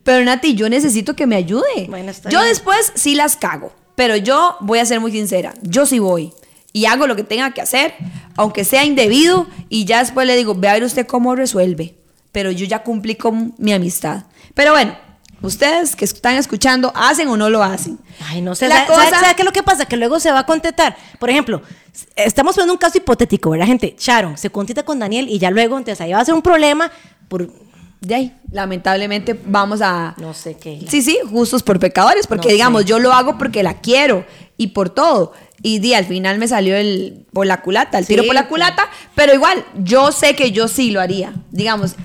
Pero Nati, yo necesito que me ayude. Bueno, está yo bien. después sí las cago, pero yo voy a ser muy sincera. Yo sí voy y hago lo que tenga que hacer, aunque sea indebido, y ya después le digo, ve a ver usted cómo resuelve. Pero yo ya cumplí con mi amistad. Pero bueno, ustedes que están escuchando, ¿hacen o no lo hacen? Ay, no sé. La ¿Sabes sabe, cosa- sabe qué es lo que pasa? Que luego se va a contentar. Por ejemplo, s- estamos poniendo un caso hipotético, ¿verdad, gente? Sharon se contenta con Daniel y ya luego, entonces ahí va a ser un problema por. De ahí, lamentablemente vamos a... No sé qué. Sí, sí, justos por pecadores, porque No digamos, sé. yo lo hago porque la quiero y por todo. Y di, al final me salió el por la culata, el tiro Sí, por la sí. culata, pero igual, yo sé que yo sí lo haría. Digamos,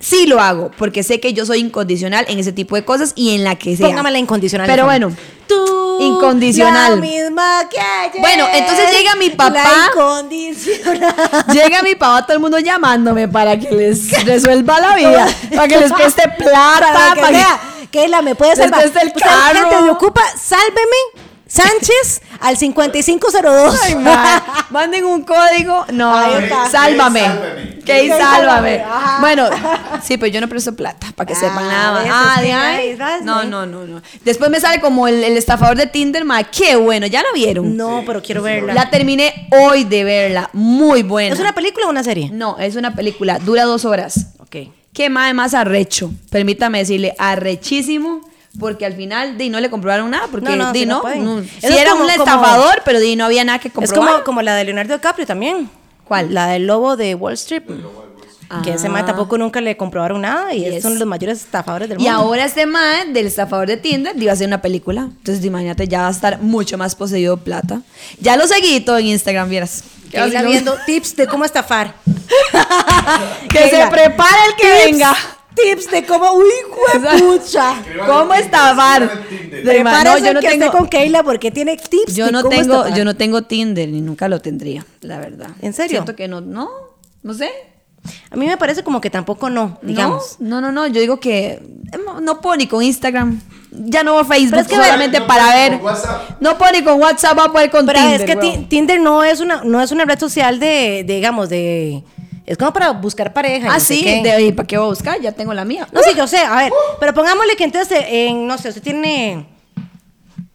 sí lo hago, porque sé que yo soy incondicional en ese tipo de cosas y en la que sea. Póngamela incondicional. Pero Juan. bueno, Tú. incondicional. La misma que ayer. Bueno, entonces llega mi papá. La incondicional. llega mi papá, todo el mundo llamándome para que les resuelva la vida, para que les preste plata, Para que para que- vea, Keila, me puede Les salvar. presta el Usted, carro. gente, me ocupa, sálveme Sánchez al 5502. Ay, ma, Manden un código. No, Ahí está. sálvame. Key, sálvame. Key, Key, sálvame. sálvame. Ah, Ajá. Bueno, sí, pero yo no presto plata, para que Ah, sepan nada más. ves, Ah, es de que ahí. ahí vas, No, ahí. no, no, no. Después me sale como el, el estafador de Tinder, ma. Qué bueno, ya la vieron. no, pero quiero verla. La terminé hoy de verla. Muy buena. ¿Es una película o una serie? No, es una película. Dura dos horas. Ok. Qué mae más arrecho. Permítame decirle, arrechísimo. Porque al final di, no le comprobaron nada. Porque No, no, di, sí, no no, pueden. no. Eso Sí es era como- un como- estafador, pero di, no había nada que Es comprobar. como, como la de Leonardo DiCaprio también. ¿Cuál? La del lobo de Wall Street. Que ese mae Ah. tampoco nunca le comprobaron nada y Yes. es uno de los mayores estafadores del y mundo. ahora este mae del estafador de Tinder di, va a hacer una película. Entonces di, imagínate, ya va a estar mucho más poseído de plata. Ya lo seguí todo en Instagram, vieras. Que ahí la vacilón. viendo tips de cómo estafar. Que Venga. se prepare el que Tips, venga. Tips de cómo. ¡Uy, huepucha! ¿Cómo estafar? Escriban en Tinder. De mae, no, Prepárese yo no que esté tengo, con Keila porque tiene tips yo de no cómo tengo, estafar. yo no tengo Tinder ni nunca lo tendría, la verdad. ¿En serio? Siento que no, no, no sé. A mí me parece como que tampoco no, digamos. No, no, no, no, yo digo que no, no puedo ni con Instagram. Ya no voy a Facebook Pero es que solamente ver- no para puedo ver. ni con WhatsApp. No puedo ni con WhatsApp, voy a poder con Pero Tinder, es que huevón. Ti- Tinder no es una no es una red social de, de, digamos de es como para buscar pareja. y Ah, no sé sí, qué. de- ¿y ¿para qué voy a buscar? Ya tengo la mía. No sé, yo sé, a ver, pero pongámosle que entonces eh, en, no sé, usted tiene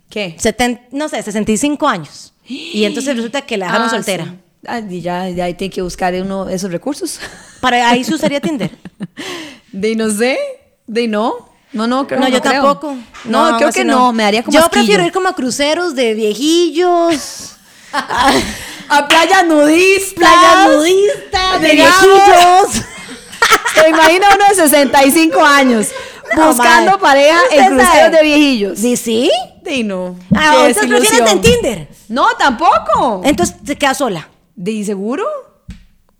¿Qué? 70, no sé, 65 años y entonces resulta que la dejaron Ah, soltera. sí. Ah, y ya, ya ahí tiene que buscar uno esos recursos. Para ahí se usaría Tinder. De no sé, de no. No, no, creo No, yo creo. tampoco. No, creo así que no. me daría como Yo asquillo. prefiero ir como a cruceros de viejillos. a playa nudista. Playa nudista, de Llegamos. viejillos. Te imagino uno de 65 años No, buscando madre. pareja en Usted cruceros sabe. de viejillos. Sí, sí. Di no. Ah, Qué entonces prefieres desilusión. en Tinder. No, tampoco. Entonces te quedas sola. ¿De seguro?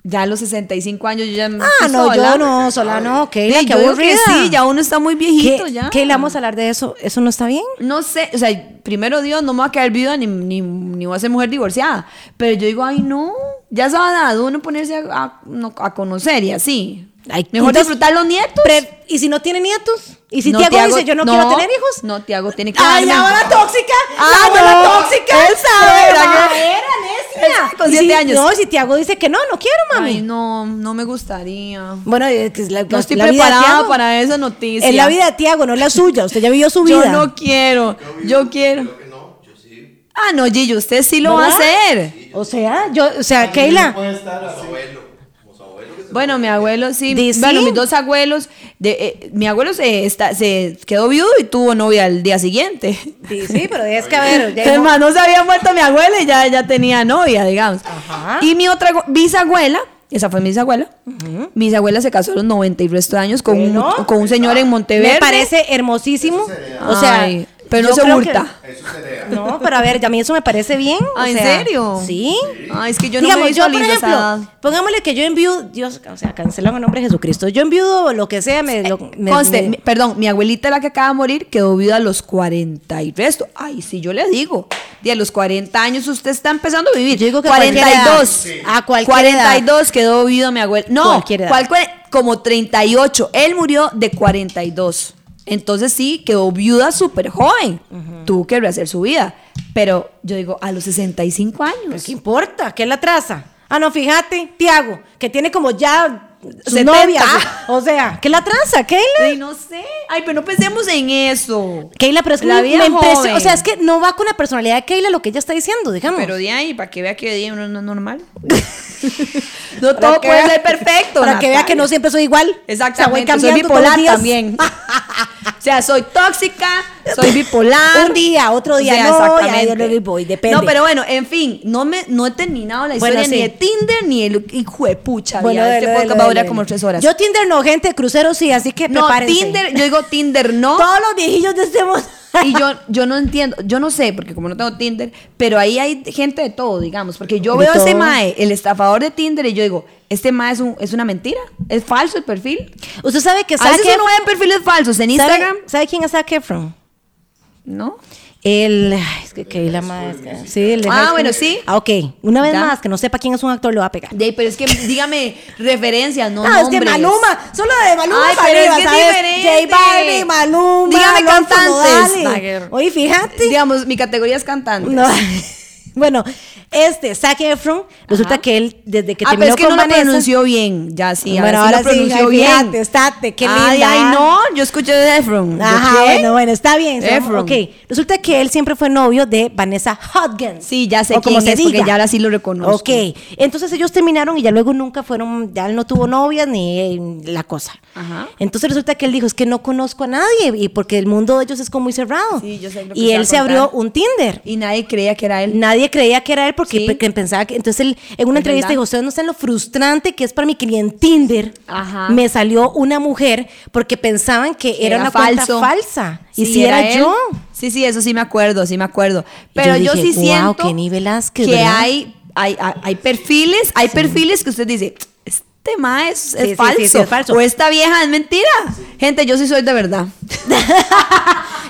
Ya a los 65 años yo ya me Ah, fui no, sola. yo no, sola no, Keila, Sí, qué yo digo aburrida. sí, ya uno está muy viejito ¿Qué, ya. ¿Qué le vamos a hablar de eso? ¿Eso no está bien? No sé, o sea, primero Dios, no me va a quedar viuda ni, ni, ni voy a ser mujer divorciada. Pero yo digo, ay, no, ya se va a dar uno ponerse a, a- no, a conocer y así. Ay, Mejor entonces, disfrutar los nietos. Pre- ¿Y si no tiene nietos? ¿Y si No, Tiago, Tiago- dice yo no, no, quiero tener hijos? no, Tiago tiene que ¡Ay, la darme. abuela tóxica! Ah, ¡La abuela no, tóxica! él sabe, Era, ¿verdad? era, necia. Él con Y si- siete años. No, si Tiago dice que no, no quiero, mami. Ay, no, no me gustaría. Bueno, eh, que es la, No estoy la vida de preparada Tiago. para esa noticia. Es la vida de Tiago, no la suya. Usted ya vivió su vida. Yo no quiero, yo quiero. que no, yo sí. Ah, no, Gillo, usted sí lo va a ¿Verdad? hacer. O sea, yo, o sea, Keila. Puede estar así. Bueno, mi abuelo sí. ¿De Bueno, sí? mis dos abuelos. de- eh, mi abuelo se, está, se quedó viudo y tuvo novia al día siguiente. Sí, sí, pero es que a ver. ya hay Es más, no se había muerto mi abuela y ya, ya tenía novia, digamos. Ajá. Y mi otra gu- bisabuela, esa fue mi bisabuela. Mi bisabuela se casó a los 90 y resto de años con, un, Bueno. con un señor en Monteverde. Me parece hermosísimo. O sea, Ay, pero no yo se creo hurta. Eso sería. que- no, pero a ver, a mí eso me parece bien. o Ah, ¿en sea, serio? Sí. Ay, es que yo no Digamos, me yo, por visualizo esa edad. ejemplo, pongámosle que yo enviudo, Dios, o sea, cancelan el nombre de Jesucristo. Yo enviudo lo que sea, me, lo- me- Conste, me- mi- perdón, mi abuelita la que acaba de morir quedó viuda a los 40 y resto. Ay, sí, yo le digo. De a los 40 años usted está empezando a vivir. Yo digo que a cualquier 42. edad. Sí. A cualquier 42 quedó viuda mi abuela. No, Cualquier edad. ¿cuál cua- como 38. Él murió de 42. Entonces sí, quedó viuda súper joven. Tuvo que rehacer su vida. Pero yo digo, a los 65 años. Pero ¿Qué importa? ¿Qué es la traza? Ah, no, fíjate, Tiago, que tiene como ya su 70. novia. ah. O sea, ¿qué es la traza, Keila? Ay, no sé. Ay, pero no pensemos en eso. Keila, pero es que La me, vida me impresiona. joven. O sea, es que no va con la personalidad de Keila lo que ella está diciendo, digamos. Pero de ahí, para que vea que de ahí uno no es normal. no todo que puede vea- ser perfecto. Para que vea que no Natalia. siempre soy igual. O Exactamente, sea, voy soy cambiando todos los bipolar días. también. o sea, soy tóxica, soy bipolar. Un día, otro día no, y ahí luego voy, depende. No, pero bueno, en fin, no, me, no he terminado la historia Bueno, ni sí. de Tinder ni el hijo de pucha. Bueno, ya, dele, este dele, podcast va a dele, durar dele. como tres horas. Yo Tinder no, gente, crucero sí, así que no, prepárense. Tinder, yo digo Tinder no. Todos los viejillos de este mundo. Y yo, yo no entiendo, yo no sé, porque como no tengo Tinder, pero ahí hay gente de todo, digamos, porque yo De veo a este todo. mae, el estafador de Tinder, y yo digo, este mae es, un- es una mentira, es falso el perfil. Usted sabe que A Zac veces uno Efron- ve perfiles falsos en Instagram, ¿Sabe, ¿Sabe quién es Zac Efron? ¿no? El. ay, Es que Keila más. Sí, el de Ah, High School. bueno, sí. Ah, ok. Una vez Ya. más, que no sepa quién es un actor, lo va a pegar. De ahí, pero es que dígame referencias, no No, Ah, es que nombres. Maluma, solo de Maluma Ay, para pero es arriba, que es ¿sabes? J diferente. Balvin, Maluma, Dígame Alonso cantantes. Nodal. Dagger. Oye, fíjate. Digamos, mi categoría es cantante. No. Bueno, este, Zac Efron, resulta que él, desde que ah, terminó pero es que con no Vanessa- lo pronunció bien. Ya sí, Bueno, ahora ahora, sí lo sí, pronunció ay, bien. fíjate, estate, qué Ay, linda. ay, no, yo escuché de Efron. ¿Yo Ajá, qué? bueno, bueno, está bien. se llama- Efron. Ok, resulta que él siempre fue novio de Vanessa Hudgens. Sí, ya sé o como quién se es, porque diga. ya ahora sí lo reconozco. Ok, entonces ellos terminaron y ya luego nunca fueron, ya él no tuvo novia ni eh, la cosa. Ajá. Entonces resulta que él dijo, es que no conozco a nadie y porque el mundo de ellos es como muy cerrado. Sí, yo sé lo que y te va él a se abrió contar. un Tinder. Y nadie creía que era él. Nadie creía que era él porque Sí. porque pensaba que... Entonces él en una Es entrevista verdad. dijo, ustedes no saben lo frustrante que es para mi cliente Tinder. Ajá. Me salió una mujer porque pensaban que que era, una cuenta falsa. Y Sí, si era, él. yo. Sí, sí, eso sí me acuerdo, sí me acuerdo. Pero yo yo, dije, sí "Guau, siento qué nivel Asquez, que ¿verdad?" hay, hay, hay- hay perfiles, hay perfiles que usted dice, este ma es, es sí, sí, falso, sí, es falso. o esta vieja es mentira. Gente, yo sí soy de verdad.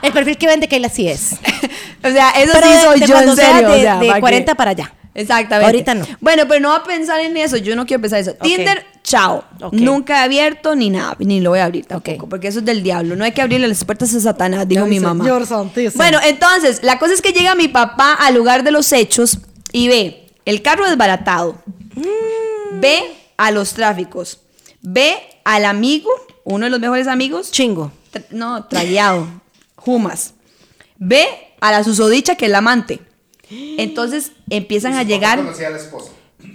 El perfil que vende Kayla sí es. o sea, eso Pero sí de- soy de yo cuando en sea serio. o de- sea, de ¿para qué? 40 para allá. Exactamente. Ahorita no. Bueno, pero no va a pensar en eso. Yo no quiero pensar eso. Tinder, chao. Ok. Nunca he abierto ni nada, ni lo voy a abrir tampoco, Ok. porque eso es del diablo. No hay que abrirle las puertas a Satanás, dijo Ay, mi mamá. Señor santísimo. Bueno, entonces, la cosa es que llega mi papá al lugar de los hechos y ve el carro desbaratado, Mm. ve a los tráficos, ve al amigo, uno de los mejores amigos, Chingo. tra- no, tragueado, Jumas. Ve a la susodicha que es la amante. Entonces empiezan a llegar. Conocía a la esposa.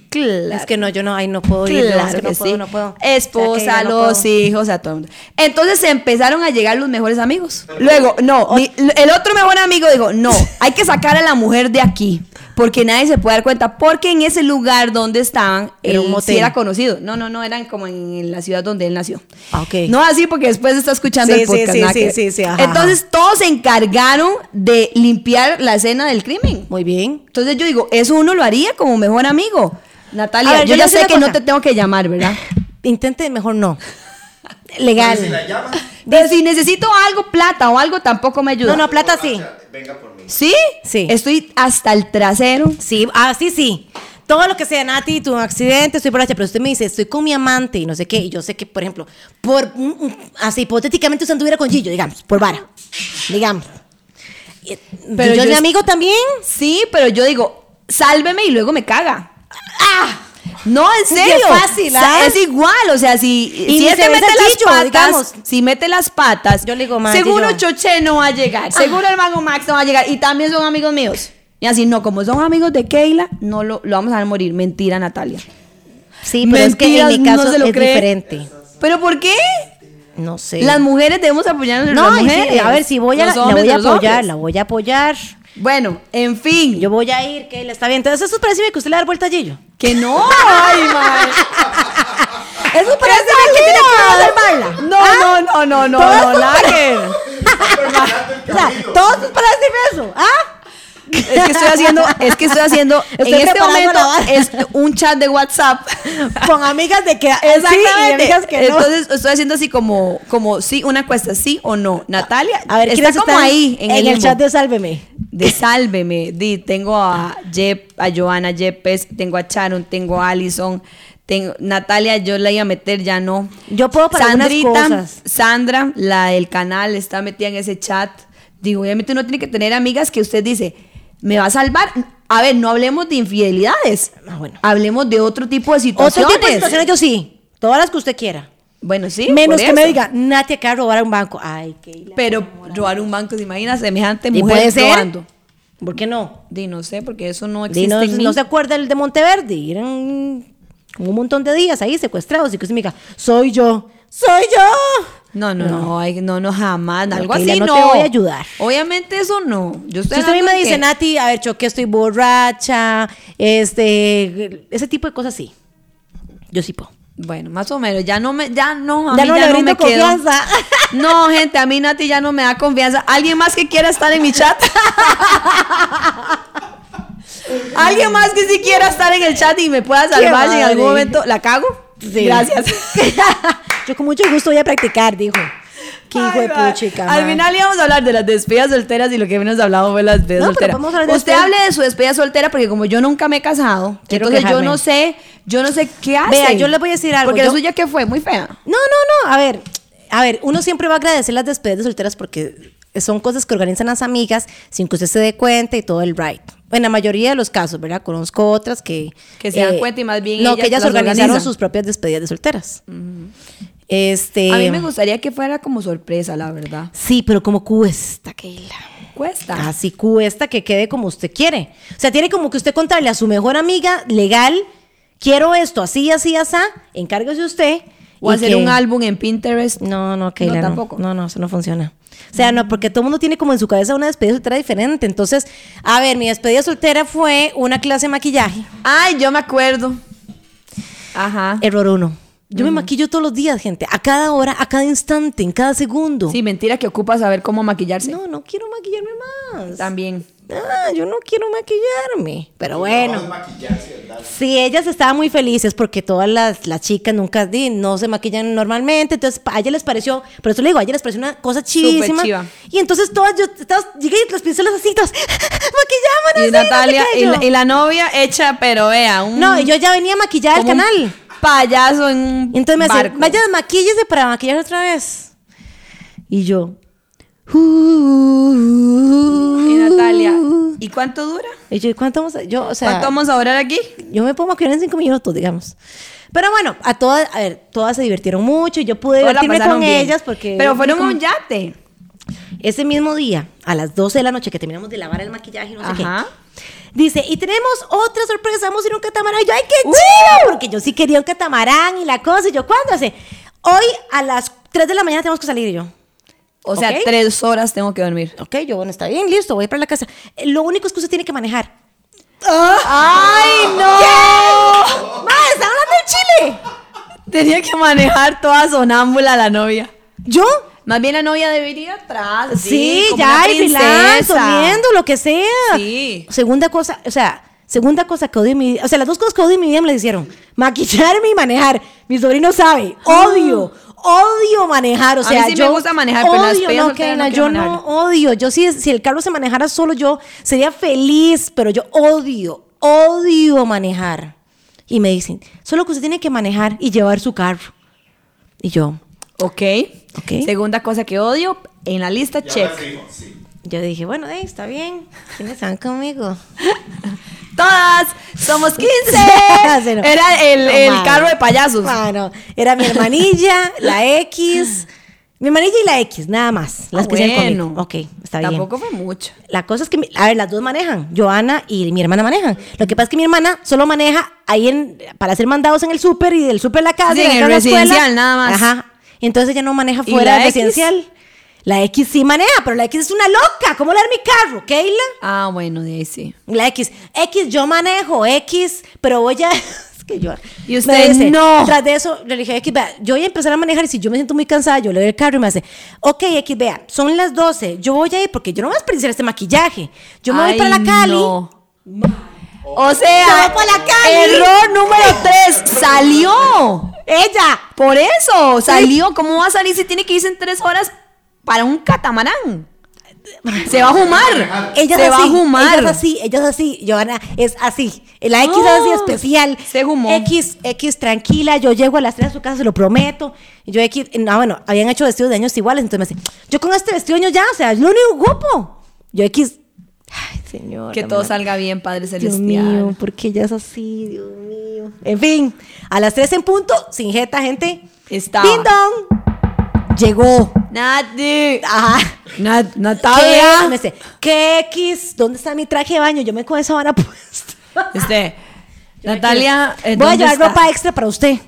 Claro, Es que no, yo no, ay, no puedo ir. no, es claro que no que puedo, sí. no puedo. O sea, Esposa, Keila, no los puedo. hijos, a todo el mundo. Entonces empezaron a llegar los mejores amigos. Luego, no, mi- el otro mejor amigo dijo, no, hay que sacar a la mujer de aquí. Porque nadie se puede dar cuenta. Porque en ese lugar donde estaban, Era un él sí motel. era conocido. No, no, no, eran como en la ciudad donde él nació. Ah, ok. No así porque después está escuchando Sí, el sí, podcast. sí, nada sí, que ver. sí, sí, ajá, Entonces todos se encargaron de limpiar la escena del crimen. Muy bien. Entonces yo digo, eso uno lo haría como mejor amigo. Natalia, A ver, yo, yo ya les digo sé una que no cosa. te tengo que llamar, ¿verdad? Intente mejor no. Pero Pues Si Legal. la llama, Pero si necesito algo, plata o algo, tampoco me ayuda. No, no, plata sí. venga por mí. ¿Sí? Sí. Estoy hasta el trasero. Sí, ah, sí, sí. Todo lo que sea, Nati, tuve un accidente, estoy borracha, pero usted me dice, estoy con mi amante y no sé qué, y yo sé que, por ejemplo, por un- un- así hipotéticamente usted anduviera con Gillo, digamos, por vara, digamos. Y- Pero Gillo es yo mi es- amigo también. Sí, pero yo digo, sálveme y luego me caga. ¡Ah! No, en Y es serio. fácil, Sa- ¿ah? Es igual, o sea, si, ni si él se te besa mete el las chillo, patas, digamos. si mete las patas, Yo le digo, "Madre, seguro yo- Ah. Choche no va a llegar, seguro el Mago Max no va a llegar y también son amigos míos. Y así, no, como son amigos de Keila, no lo, lo vamos a dejar morir. Mentira, Natalia. Sí, pero es que en mi Mentiras, no caso se lo es cree. diferente. ¿Pero por qué? No sé. Las mujeres debemos apoyar a no, las y sí, mujeres. a ver, si voy a, Los la hombres voy de a los apoyar, hombres. la voy a apoyar. Bueno, en fin. Yo voy a ir, que él está bien. Entonces, eso parece que usted le da vuelta a Gillo. Que no. Ay, madre. Eso parece que tiene que salvarla. No, no, no, no, no, ¿Ah? Todas no, son nada que- Está perfilando el O sea, camino. todos sus palabras dicen eso, ¿ah? Es que estoy haciendo, es que estoy haciendo, Estoy en este preparando momento la vara. es un chat de WhatsApp. Con amigas de que sí y Exactamente. amigas que no. Entonces estoy haciendo así como, como sí, una encuesta, sí o no. Natalia, a ver, está ¿quiénes como están ahí en, el, el, limbo. chat de Sálveme? de Sálveme. Di, tengo a Jep, a Joana Yepes, tengo a Charon, tengo a Alison, tengo Natalia, yo la iba a meter, ya no. Yo puedo para algunas cosas. Sandra, la del canal, está metida en ese chat. Digo, obviamente uno tiene que tener amigas que usted dice, me va a salvar. A ver, no hablemos de infidelidades. Ah, bueno. Hablemos de otro tipo de situaciones. Otro tipo de situaciones yo sí, todas las que usted quiera. Bueno, sí. Menos por que me eso. diga, Nati acaba de robar a un banco. Ay, qué Pero robar un banco, ¿se imagina? Semejante ¿Y mujer puede ser? robando. ¿Por qué no? Di, no sé, porque eso no existe Y no, en mí. no se acuerda el de Monteverde, eran un montón de días ahí secuestrados y que se me diga, soy yo, soy yo. No, no, no, ay, no, no, jamás. Algo Keila, así no no. te voy a ayudar. Obviamente eso no. Yo estoy Si usted a mí hablando me de dice, que- Nati, a ver, choqué, estoy borracha, este, ese tipo de cosas sí. Yo sí puedo. Bueno, más o menos, ya no me, ya no, a Ya mí no le ya no brindo me quedo. confianza. No, gente, a mí Nati ya no me da confianza. ¿Alguien más que quiera estar en mi chat? ¿Alguien más que si quiera estar en el chat y me pueda salvar si en madre. algún momento la cago? Gracias. Yo con mucho gusto voy a practicar, dijo. Qué hijo de puchica, Al ma. final íbamos a hablar de las despedidas solteras y lo que menos hablado fue las despedidas No, pero solteras. podemos hablar de Usted despedida- hable de su despedida soltera porque como yo nunca me he casado, Quiero entonces yo quejarme. no sé, yo no sé qué hace. Vea, yo le voy a decir algo, Porque la yo- suya que fue muy fea. No, no, no. A ver, a ver, uno siempre va a agradecer las despedidas de solteras porque son cosas que organizan las amigas sin que usted se dé cuenta y todo el right. En la mayoría de los casos, ¿verdad? Conozco otras que. eh, Que se dan cuenta y más bien No, ellas que ellas las organizaron organizan. sus propias despedidas de solteras. Este. A mí me gustaría que fuera como sorpresa, la verdad. Sí, pero como cuesta, Keila. Cuesta. Así Ah, cuesta que quede como usted quiere. O sea, tiene como que usted contarle a su mejor amiga legal, quiero esto, así, así, así, encárguese usted. O y hacer que- un álbum en Pinterest. No, no, Keila, no, tampoco. No, no, eso no funciona. O sea, no, porque todo el mundo tiene como en su cabeza una despedida soltera diferente. Entonces, a ver, mi despedida soltera fue una clase de maquillaje. Ay, yo me acuerdo. Ajá. Error uno. Yo me maquillo todos los días, gente. A cada hora, a cada instante, en cada segundo. Sí, mentira que ocupa saber cómo maquillarse. No, no quiero maquillarme más. También. Ah, yo no quiero maquillarme. Pero bueno. Vamos a maquillarse, ¿verdad? Sí, ellas estaban muy felices porque todas las, las chicas nunca di, no se maquillan normalmente. Entonces, pa- a ellas les pareció, por eso le digo, a ellas les pareció una cosa chivísima. chiva. Y entonces todas, yo todas, llegué y las pincelas así, todas, maquillámonos. Y sí, no sé Natalia qué, y yo. la, y la novia hecha, pero vea, un No, y yo ya venía maquillada al como un canal. payaso en un Y entonces me decían, barco. vaya, maquíllese para maquillar otra vez. Y yo, "Uh". Y Natalia, ¿y cuánto dura? Y yo, "¿Y ¿cuánto vamos a, yo, o Uh. sea, ¿Cuánto vamos a orar aquí? yo me puedo maquillar en cinco minutos, digamos. Pero bueno, a todas, a ver, todas se divirtieron mucho, yo pude Todas la divertirme pasaron con bien. ellas porque... Pero fueron a un yate. Ese mismo día, a las 12 de la noche que terminamos de lavar el maquillaje y no Ajá. sé qué. Dice, y tenemos otra sorpresa, vamos a ir a un catamarán. Y yo, ¡ay, qué ¡Uh! chido! Porque yo sí quería un catamarán y la cosa. Y yo, ¿cuándo? Dice, hoy a las 3 de la mañana tenemos que salir. Y yo, O sea, Ok. tres horas tengo que dormir. ok, yo, bueno, está bien, listo, voy para la casa. Eh, Lo único es que usted tiene que manejar. ¡Ay, no! ¡Madre, están hablando del chile! Tenía que manejar toda sonámbula la novia. ¿Yo? Más bien la novia debería ir atrás. así, Sí, como ya, una y princesa. viendo lo que sea. Sí. Segunda cosa, o sea, segunda cosa que odio en mi vida, o sea, las dos cosas que odio en mi vida me las hicieron. Maquillarme y manejar. Mi sobrino sabe, odio, odio manejar, o Ah. A mí sea, sí me yo gusta manejar, pero en las odio, pedas no, solteras no Keila, quiero yo no manejar. odio. Yo si, si el carro se manejara solo yo sería feliz, pero yo odio, odio manejar. Y me dicen, solo que usted tiene que manejar y llevar su carro. Y yo, Ok. Ok. Segunda cosa que odio en la lista, Y ahora check. sí, sí. yo dije, bueno, eh, está bien, ¿quiénes van conmigo? Todas somos 15. Sí, no. Era el, No, el madre. carro de payasos. Ah, no. Era mi hermanilla, la X. Mi hermanilla y la X, nada más. Las Ah, que se han comido. bueno. Ok, está bien. Tampoco fue mucho. La cosa es que, mi- a ver, las dos manejan. Joana y mi hermana manejan. Lo que pasa es que mi hermana solo maneja ahí en, para hacer mandados en el súper y del súper a la casa. Sí, y de la en casa el a la escuela. residencial, nada más. Ajá. Entonces ella no maneja ¿Y fuera la del X? residencial. La X sí maneja, pero la X es una loca. ¿Cómo le da mi carro, Keila? Ah, bueno, de ahí sí. La X. X, yo manejo X, pero voy a. Es que yo. Y me usted, no. Tras de eso, le dije, X, vea, yo voy a empezar a manejar y si yo me siento muy cansada, yo le doy el carro y me hace, ok, X, vea, son las 12, yo voy a ir porque yo no voy a desperdiciar este maquillaje. Yo me Ay, voy para la Cali. no. O sea, Se fue para la Cali. error número 3. Salió. Ella. Por eso salió. ¿Cómo va a salir si tiene que irse en tres horas para un catamarán? Se va a fumar. Ella se es va así, a fumar. Ella es así, ella es así, Joana es así. La X es Ah, así especial. se humó. X, X tranquila, yo llego a las 3 a su casa, se lo prometo. Y yo X, no, bueno, habían hecho vestidos de años iguales, entonces me dice, yo con este vestido de años ya, o sea, es lo único guapo. Yo X, ay, señor. Que todo salga bien, Padre Dios Celestial. mío, porque ella es así, Dios mío. En fin, a las 3 en punto, sin jeta, gente. Estaba. Ding dong. Llegó. Nati. Ajá. Nat- ¿Qué? Natalia. Me dice, ¿qué X? ¿Dónde está mi traje de baño? Yo me con esa vara puesta. Este, Natalia. eh, Voy a ¿dónde llevar está? ropa extra para usted.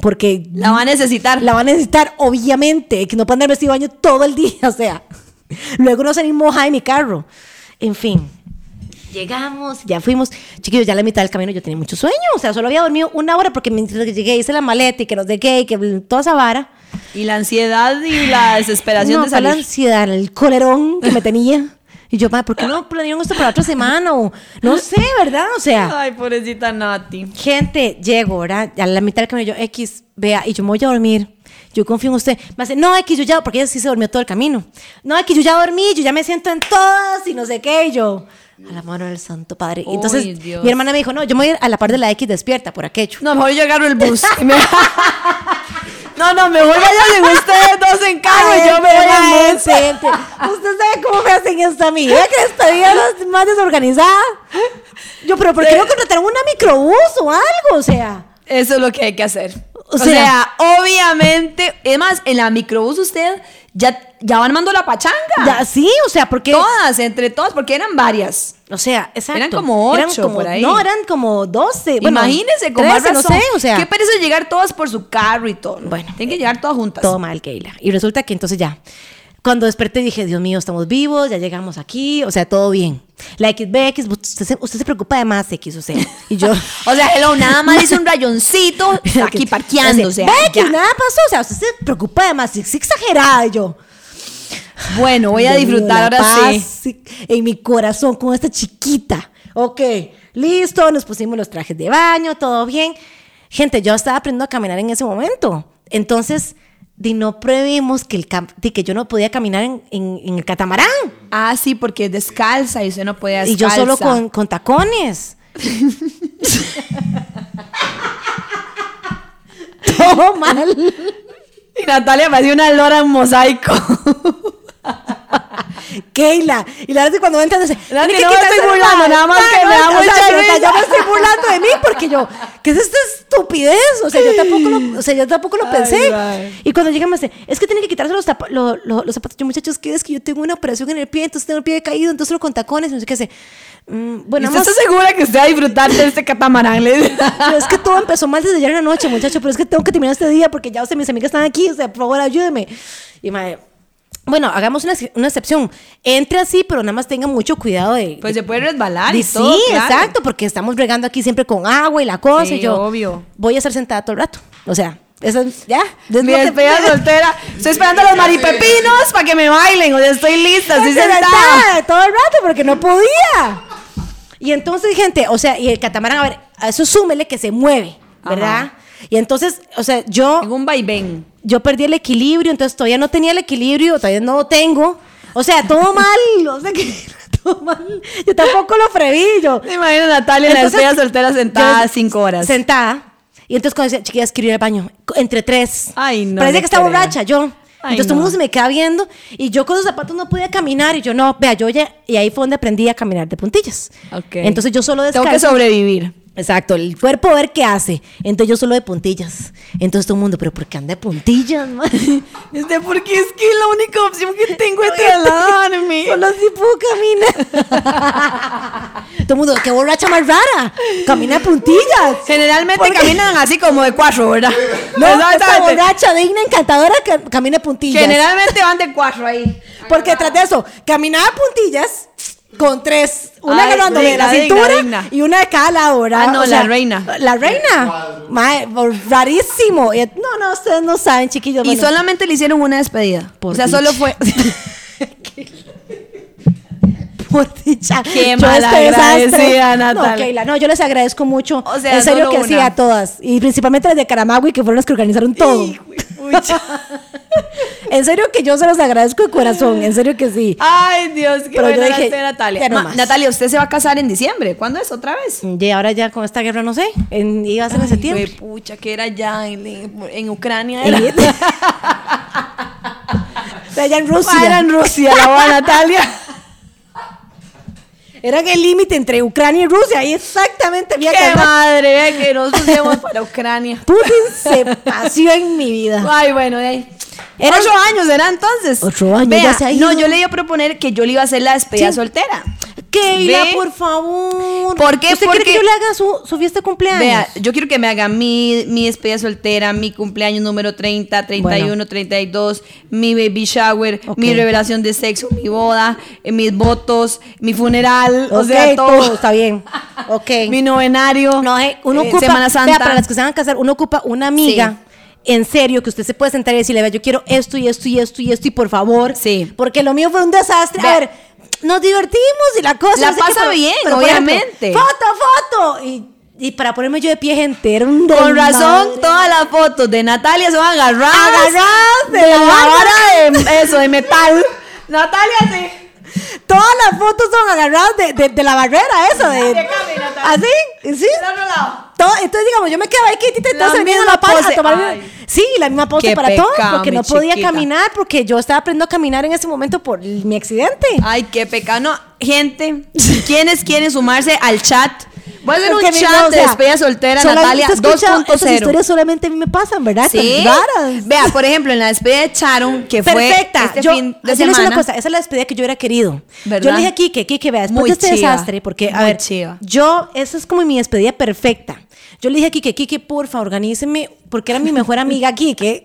Porque La va a necesitar. la va a necesitar, obviamente. Que no puede andar vestido de baño todo el día. O sea, luego no se ni moja de mi carro. En fin. Llegamos, ya fuimos. Chiquillos, ya a la mitad del camino yo tenía mucho sueño. O sea, solo había dormido una hora porque mientras que llegué hice la maleta y que no sé qué y que bl- toda esa vara. Y la ansiedad y la desesperación no, de fue la salir. ansiedad, el colerón que me tenía. Y yo, "Ma, ¿por qué no planearon esto para otra semana? O no sé, ¿verdad? O sea, Ay, pobrecita Nati. gente, llego, ¿verdad? A la mitad del camino yo, X, vea, y yo me voy a dormir. yo confío en usted. Me hace, no, aquí yo ya, porque ella sí se durmió todo el camino. No, aquí yo ya dormí, yo ya me siento en todas y no sé qué, y yo. A la mano del Santo Padre. Y entonces Uy, Dios. mi hermana me dijo, no, yo me voy a ir a la par de la X despierta por aquello. No, mejor yo agarro el bus. y me- no, no, mejor vayan ustedes dos en carro y yo me voy Ay, al bus. gente. Usted sabe cómo me hacen esto a mí. ¿Ve que despedida más- más desorganizada? Yo, pero ¿por qué no contrataron una microbús o algo? O sea, Eso es lo que hay que hacer. O O, sea- sea, obviamente, es más, en la microbús usted ya, ya van armando la pachanga. ya, sí, o sea, porque. Todas, entre todas, porque eran varias. O sea, exacto. Eran como ocho como- por ahí. No, eran como 12. Eh, Bueno, Imagínense con más 13, no razón. sé, o sea. Qué pereza llegar todas por su carro y todo. Bueno. Tienen que llegar todas juntas. Todo mal, Keila. Y resulta que entonces ya. Cuando desperté dije, Dios mío, estamos vivos, ya llegamos aquí, o sea, todo bien. La XBX, usted se, usted se preocupa de más X, o sea. Y yo. O sea, hello, nada más hizo un rayoncito está aquí parqueando. O sea, Ve que ya. nada pasó, o sea, usted se preocupa de más, es exagerada y yo. Bueno, voy a Dios mío, disfrutar la ahora sí. paz En mi corazón con esta chiquita. Ok, listo, nos pusimos los trajes de baño, todo bien. Gente, yo estaba aprendiendo a caminar en ese momento. Entonces, di, no previmos que, el cam- di, que yo no podía caminar en, en- en el catamarán. Ah, sí, porque es descalza y usted no puede descalza. Y yo solo con, con tacones. todo mal. Y Natalia parecía una lora en mosaico. Keila. Y la verdad es que cuando entran dice, La verdad "Tiene que no me quitarse estoy la burlando, mano". nada más No, que no, me da o sea, mucha se nota, risa. Yo me estoy burlando de mí porque yo, ¿qué es esta estupidez? O sea, yo tampoco lo, o sea, yo tampoco lo Ay, pensé. mae. Y cuando llega me dice, es que tienen que quitarse los, tapa- lo- lo- los zapatos. Yo, muchachos, ¿qué es que yo tengo una operación en el pie? Entonces tengo el pie caído, entonces lo con tacones, no sé qué hace. Mm, bueno, ¿Usted vamos- está segura que usted va a disfrutar de este catamarán? Le dice. pero es que todo empezó mal desde ayer en la noche, muchacho, pero es que tengo que terminar este día porque ya, o sea, mis amigas están aquí, o sea, por favor, ayúdeme. Y mae, bueno, hagamos una, una excepción. Entre así, pero nada más tenga mucho cuidado de... Pues de- se puede resbalar y de- todo. sí, claro. exacto, porque estamos regando aquí siempre con agua y la cosa. Sí, y yo obvio. voy a estar sentada todo el rato. O sea, eso es- ya. es Mi lo que- despedida soltera. Estoy esperando a los maripepinos para que me bailen. O sea, estoy lista, estoy sentada sentada. todo el rato porque no podía. Y entonces, gente, o sea, y el catamarán, a ver, a eso súmele que se mueve, ¿verdad? Ajá. Y entonces, o sea, yo... En un vaivén. yo perdí el equilibrio, entonces todavía no tenía el equilibrio, todavía no lo tengo. O sea, todo mal, o sea que todo mal. Yo tampoco lo preví, yo. Me imagino a Natalia en la Entonces, despedida soltera sentada yo- cinco horas. Sentada. Y entonces cuando decía, chiquillas, quiero ir al baño. co- Entre tres. Ay, no Parecía le que está creo. borracha, yo. Ay, entonces todo el no. mundo se me queda viendo y yo con los zapatos no podía caminar y yo no, vea, yo ya, y ahí fue donde aprendí a caminar de puntillas. Ok. Entonces yo solo Tengo que descalza- sobrevivir. Exacto, el cuerpo a ver qué hace. Entonces yo solo de puntillas. Entonces todo el mundo, pero ¿por qué anda de puntillas? ma?" Este, porque es que la única opción que tengo es Solo así puedo caminar. todo el mundo, qué borracha más rara. Camina de puntillas. Generalmente caminan así como de cuatro, ¿verdad? No, esta Exactamente. borracha, digna, encantadora, ca- camina de puntillas. Generalmente van de cuatro ahí. Porque tras de eso, caminaba de puntillas con tres. Una Ay, agarrándome de la digna, digna, cintura digna. y una de cada lado, ¿verdad? Ah, no, la reina. La reina. Mae, rarísimo. Y- No, no, ustedes no saben, chiquillos. Y bueno. solamente le hicieron una despedida. Por o sea, dicha. solo fue. por dicha. Qué Yo este malagradecida, desastre- No, Natalia. Keila, no, yo les agradezco mucho. O sea, en serio solo que sí, una. a todas. Y principalmente las de Caramagui, que fueron las que organizaron todo. en serio que yo se los agradezco de corazón. En serio que sí. Ay, Dios, qué Pero yo buena dije, la de Natalia. ya no Ma- más. Natalia, usted se va a casar en diciembre. ¿Cuándo es otra vez? Y ahora ya con esta guerra, no sé. en- iba a ser en Ay, septiembre. güey, pucha, que era ya en, en Ucrania. En- Era. Allá en Rusia. Ah, era en Rusia, la boda de Natalia. Eran el límite entre Ucrania y Rusia. Ahí exactamente había que ¡Qué andar. madre! vea que nos pusimos para Ucrania. Putin se paseó en mi vida. Ay, bueno, de ahí. Era- ocho años, ¿era entonces? Ah. Ocho años, Vea, ya se ha ido. No, yo le iba a proponer que yo le iba a hacer la despedida Sí. soltera. Keila, Ve. por favor. ¿Por qué? ¿Usted quiere Porque- que yo le haga su, su fiesta de cumpleaños? Vea, yo quiero que me haga mi, mi despedida soltera, mi cumpleaños número 30, 31, Bueno. 32, mi baby shower, Ok. mi revelación de sexo, mi boda, eh, mis votos, mi funeral, o Ok, sea, todo. está bien. Ok. Mi novenario. No, eh, uno eh, ocupa, Semana Santa. vea, para las que se van a casar, uno ocupa una amiga. En serio, que usted se puede sentar y decirle, vea, yo quiero esto y esto y esto y esto, y por favor. Sí. Porque lo mío fue un desastre. Vea. A ver, nos divertimos y la cosa. La no sé qué, pasa bien, por ejemplo, obviamente. foto, foto. Y Y para ponerme yo de pie, gente, era un desmadre. Con razón, todas las fotos de Natalia son agarradas. Agarradas de la vara de eso, de metal. Natalia sí. Todas las fotos son agarradas de, de- de la barrera, eso. De, De cable, Natalia. ¿Así? ¿Sí? Del otro lado. Todo- entonces, digamos, yo me quedaba ahí quietita, entonces La me vino misma la par a pose. tomar. Ay. Sí, la misma pose Qué para todos, pecado, porque mi no podía chiquita. caminar, porque yo estaba aprendiendo a caminar en ese momento por mi accidente. Ay, qué pecado. No, gente, ¿quiénes quieren sumarse al chat? Voy a hacer un Porque mi- chat no, o de sea, despedida soltera, solamente Natalia he escuchado Esas 2.0. historias solamente a mí me pasan, ¿verdad? Sí. Tan raras. Vea, por ejemplo, en la despedida de Charon, que Perfecta. fue este yo, fin de yo le hice semana. una cosa, esa es la despedida que yo hubiera querido. ¿Verdad? Yo le dije a Kike, Kike, vea, después Muy de este chiva. desastre, porque, a Muy ver, chiva. yo, esa es como mi despedida perfecta. Yo le dije a Kike, Kike, porfa, organíceme, porque era mi mejor amiga Kike.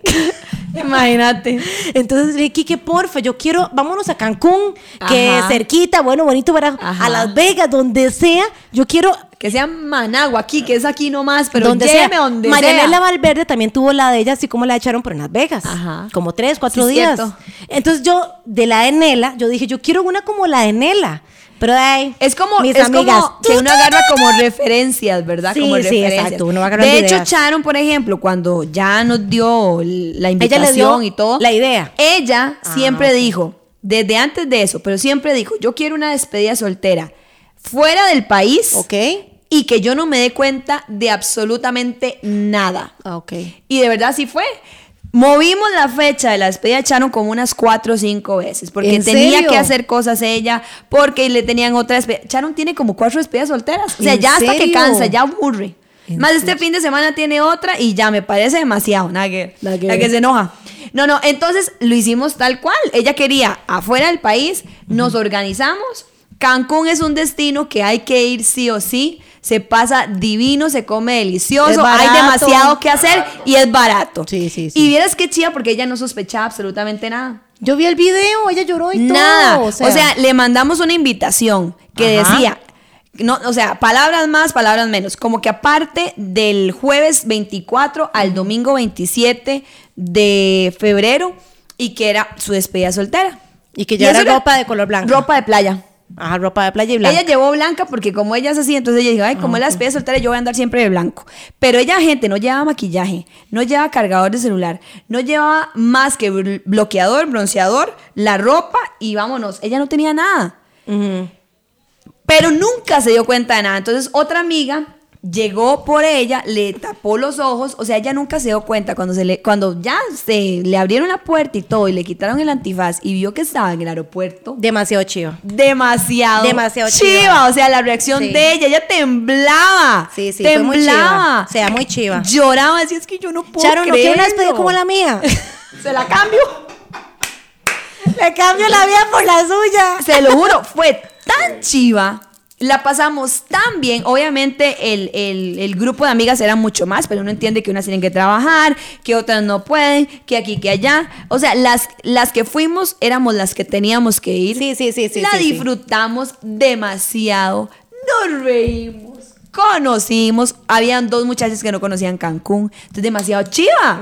Imagínate. Entonces le dije, Kike, porfa, yo quiero, vámonos a Cancún, que Ajá. cerquita, bueno, bonito, para Ajá. a Las Vegas, donde sea. Yo quiero Que sea Managua aquí, que es aquí nomás, pero donde lléveme sea. donde Marianela sea. Valverde también tuvo la de ella, así como la echaron por en Las Vegas. Ajá. Como tres, cuatro Sí, es días. cierto. Entonces yo, de la de Nela, yo dije, yo quiero una como la de Nela. Pero de ahí, Es como, mis es amigas. como que uno agarra como referencias, ¿verdad? Sí, como sí, referencias. exacto, uno va agarrando De hecho, ideas. Charon, por ejemplo, cuando ya nos dio la invitación dio y todo. la idea. Ah, Ella siempre dijo, desde antes de eso, pero siempre dijo, yo quiero una despedida soltera fuera del país Ok. y que yo no me dé cuenta de absolutamente nada. Ah, ok. Y de verdad sí fue. Movimos la fecha de la despedida de Chano como unas cuatro o cinco veces, porque ¿En tenía serio? que hacer cosas ella, porque le tenían otra despedida. Charon tiene como cuatro despedidas solteras, o sea, ¿En ya hasta que serio? cansa, ya aburre. ¿En Más este fin de semana tiene otra y ya me parece demasiado, nada que, Nada que la que ver. se enoja. No, no, entonces lo hicimos tal cual. Ella quería afuera del país, nos organizamos. Cancún es un destino que hay que ir sí o sí. Se pasa divino, se come Es delicioso, hay barato. demasiado que hacer y es barato. Sí, sí, sí. Y vieras qué chida porque ella no sospechaba absolutamente nada. Yo vi el video, ella lloró y Nada. todo. O sea, le mandamos una invitación que Ajá. decía, no, o sea, palabras más, palabras menos. Como que aparte del jueves 24 al domingo 27 de febrero y que era su despedida soltera. Y que ya eso era ropa de color blanco. Ropa de playa. Ajá, ah, ropa de playa y blanca. Ella llevó blanca porque como ella es así, entonces ella dijo, ay, como es la despedida soltera, yo voy a andar siempre de blanco. Pero ella, gente, no llevaba maquillaje, no llevaba cargador de celular, no llevaba más que bl- bloqueador, bronceador, la ropa y vámonos. Ella no tenía nada. Pero nunca se dio cuenta de nada. Entonces otra amiga llegó por ella, le tapó los ojos, o sea, ella nunca se dio cuenta cuando se le cuando ya se le abrieron la puerta y todo y le quitaron el antifaz y vio que estaba en el aeropuerto Demasiado chido. demasiado, Demasiado chiva. chiva. O sea, la reacción Sí. de ella, ella temblaba. Sí, sí, fue muy chiva. temblaba. O sea, muy chiva. Lloraba, así es que yo no puedo. Charo, no quiero una despedida creerlo". como la mía. Se la cambio. Le cambio la vida por la suya. Se lo juro, fue tan chiva. La pasamos tan bien. Obviamente, el, el- el grupo de amigas era mucho más, pero uno entiende que unas tienen que trabajar, que otras no pueden, que aquí, que allá. O sea, las, las que fuimos éramos las que teníamos que ir. Sí, sí, sí, sí, La sí, sí. disfrutamos demasiado. Nos reímos. Conocimos, habían dos muchachas que no conocían Cancún, entonces demasiado chiva.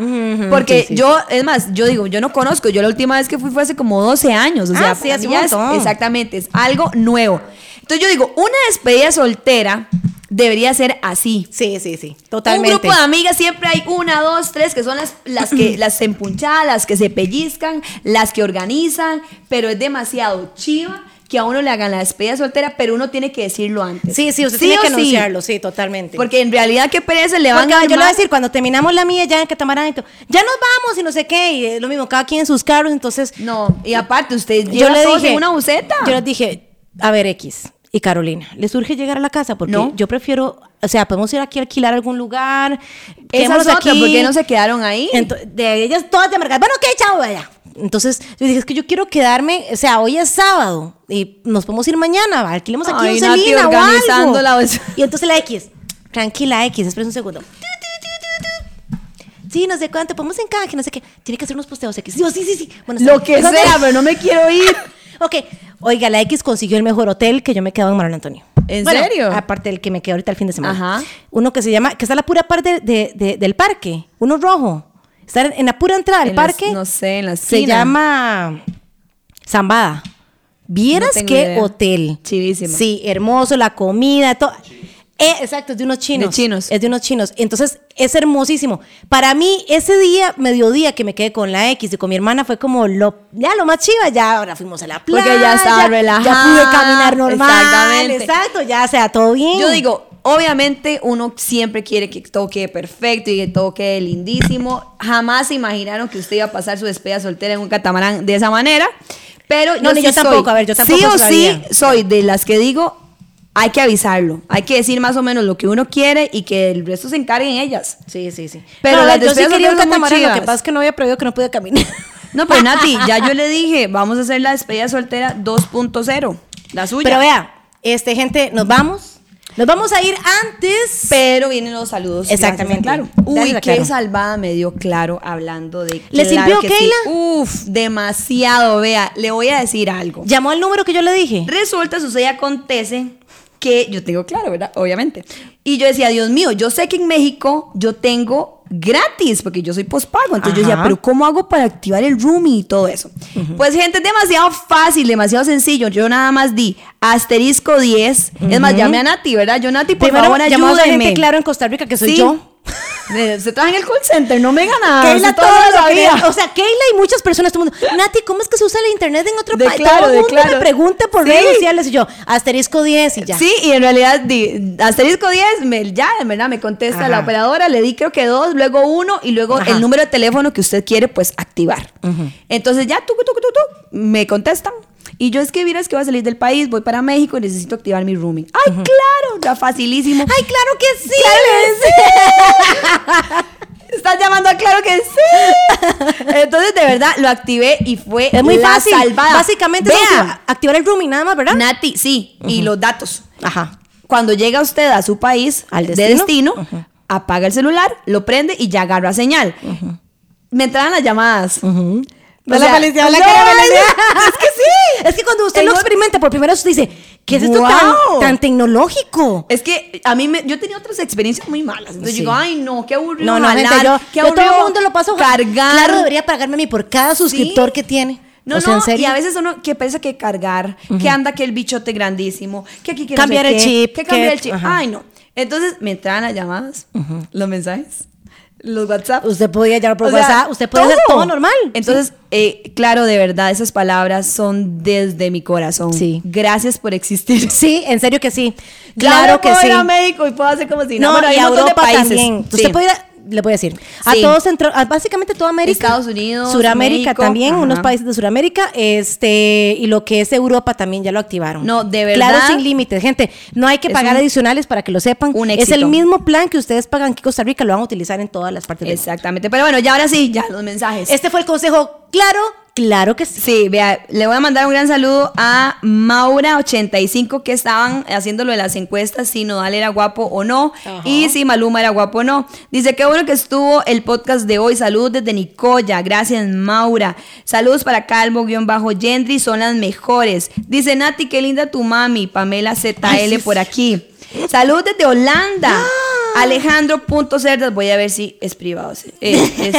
porque yo, es más, yo digo, yo no conozco, yo la última vez que fui fue hace como 12 años, o Ah, sea, sí, para hace mí un ya es- montón. exactamente, es algo nuevo. Entonces yo digo, una despedida soltera debería ser así. Sí, sí, sí. Totalmente. Un grupo de amigas siempre hay una, dos, tres, que son las, las que las empunchadas, las que se pellizcan, las que organizan, pero es demasiado chiva que a uno le hagan la despedida soltera, pero uno tiene que decirlo antes. Sí, sí, usted tiene o que sí, anunciarlo, sí, totalmente. Porque en realidad qué pereza le van Porque, a yo le voy a armar? decir, cuando terminamos la mía ya en Catamarán, y todo, ya nos vamos y no sé qué, y eh, lo mismo, cada quien en sus carros, entonces No, y aparte usted yo lleva le todos dije, en una buceta. Yo les dije, a ver, X y Carolina, ¿les urge llegar a la casa? Porque No. yo prefiero, o sea, podemos ir aquí a alquilar algún lugar. Esa es quedémonos otra, aquí. ¿por qué no se quedaron ahí? Ento- de ellas todas de mercado. Bueno, ok, chao, allá. Entonces, yo dije, es que yo quiero quedarme, o sea, hoy es sábado y nos podemos ir mañana, va, alquilemos aquí Ay, un Nati, Celina o algo. organizando la bolsa. Y entonces la X, tranquila X, espera un segundo. Tu, tu, tu, tu, tu. Sí, no sé cuánto, podemos en cada, que no sé qué. Tiene que hacer unos posteos X. Yo, sí, sí, sí. Bueno, está Lo bien. que No, no. sea, pero no me quiero ir. Ok, oiga, la X consiguió el mejor hotel que yo me quedaba en Marón Antonio. ¿En serio? Aparte del que me quedó ahorita el fin de semana. Ajá. Uno que se llama, que está en la pura parte de- de- del parque, uno rojo. Está en la pura entrada del En las- parque. no sé, en la Se esquina. llama Zambada. No ¿Vieras tengo qué idea. hotel? Chivísimo. Sí, hermoso, la comida, todo. Eh, exacto, es de unos chinos. De chinos. Es de unos chinos. Entonces, es hermosísimo. Para mí, ese día, mediodía que me quedé con la X y con mi hermana, fue como lo, ya lo más chiva, ya ahora fuimos a la playa. Porque ya estaba relajada. Ya pude caminar normal. Exactamente. Exacto, ya sea todo bien. Yo digo, obviamente uno siempre quiere que todo quede perfecto y que todo quede lindísimo. Jamás se imaginaron que usted iba a pasar su despedida soltera en un catamarán de esa manera. Pero No, ni sí yo tampoco, soy- a ver, yo tampoco Sí o se lo sí, haría. soy de las que digo, hay que avisarlo. Hay que decir más o menos lo que uno quiere y que el resto se encarguen ellas. Sí, sí, sí. Pero No, a las ver, yo sí despedidas quería un solteras son muy catamarán, lo que chivas. pasa es que no había previsto que no pude caminar. No, pero Nati, ya yo le dije, vamos a hacer la despedida soltera 2.0, la suya. Pero vea, este, gente, nos vamos. Nos vamos a ir antes. Pero vienen los saludos. gracias a Exactamente. Claro. Gracias Uy, a qué Claro. salvada me dio Claro hablando de ¿Le Claro sirvió, que sí. Keila? Uf, demasiado, vea. Le voy a decir algo. Llamó al número que yo le dije. Resulta, sucede, acontece que yo tengo Claro, ¿verdad? Obviamente. Y yo decía, Dios mío, yo sé que en México yo tengo gratis, porque yo soy pospago. Entonces yo decía, Ajá. pero ¿cómo hago para activar el roomie y todo eso? Pues gente, es demasiado fácil, demasiado sencillo. Yo nada más di asterisco 10. Es más, llame a Nati, ¿verdad? Yo, Nati, por favor, llamamos a gente ayúdeme. claro en Costa Rica, que soy Sí. Ah, yo. Eh, Se trabaja en el call center, no me ganaba. Keila Usted todo todavía lo sabía. sabía. O sea, Keila y muchas personas, todo el mundo. Nati, ¿cómo es que se usa el internet en otro De país? claro, todo el de mundo claro. me pregunta por Sí. redes sociales y yo, asterisco 10 y ya. Sí, y en realidad di, asterisco 10, me, ya, en verdad, me contesta Ajá. la operadora, le di creo que dos, luego uno y luego Ajá. el número de teléfono que usted quiere, pues activar. Entonces ya, tú, tú, tú, tú, me contestan. Y yo es que miras que voy a salir del país, voy para México y necesito activar mi rooming. ¡Ay, claro! Ya facilísimo. Ay, claro que sí. Estás llamando a claro que sí. Entonces, de verdad, lo activé y fue Es muy la fácil. salvada. Básicamente es Vea, activar- activar el rooming nada más, ¿verdad? Nati, sí, y los datos. Ajá. Cuando llega usted a su país Al de destino, destino. apaga el celular, lo prende y ya agarra señal. Me entraban las llamadas. Ve la felicidad, la cara de felicidad. Es que sí. Es que cuando usted El lo otro- experimenta por primera vez, usted dice, ¿qué es esto Guau. tan, tan tecnológico? Es que a mí me, yo tenía otras experiencias muy malas. Entonces Sí. digo, ay no, qué aburrido. No, no, jalar, gente, yo, qué yo todo aburrido el mundo lo paso cargar. Claro, debería pagarme a mí por cada suscriptor que tiene. No, O sea, no, en serio. y a veces uno que piensa que cargar, que anda que el bichote grandísimo, que aquí que no Cambiar sé el qué, chip, que cambiar que- el chip. ajá. Ay, no. Entonces me entraban las llamadas, los mensajes, los WhatsApp. Usted podía llamar por O sea, WhatsApp, usted puede hacer todo normal. Entonces, eh, claro, de verdad, esas palabras son desde mi corazón. Sí. Gracias por existir. Sí, en serio que sí. Ya me Claro que puedo sí. ir a México y puedo hacer como si No, nada. Bueno, y hay a un montón de Europa países. también. Sí. Usted puede ir a- le voy a decir, a Sí. todo centro, a básicamente toda América. Estados Unidos, Suramérica México, también, ajá. unos países de Suramérica, este, y lo que es Europa también ya lo activaron. No, de verdad. Claro, sin límites, gente. No hay que Es pagar un- adicionales para que lo sepan. un Es el éxito. mismo plan que ustedes pagan aquí en Costa Rica, lo van a utilizar en todas las partes del mundo. Exactamente. Pero bueno, ya ahora sí, ya los mensajes. Este fue el consejo claro, claro que sí. Sí, vea, le voy a mandar un gran saludo a Maura85 que estaban haciendo lo de las encuestas si Nodal era guapo o no y si Maluma era guapo o no. Dice, qué bueno que estuvo el podcast de hoy. Saludos desde Nicoya. Gracias, Maura. Saludos para Calvo-Yendri, son las mejores. Dice, Nati, qué linda tu mami. Pamela ZL por aquí. Saludos desde Holanda. Alejandro.cerdas, voy a ver si es privado. Eh, es-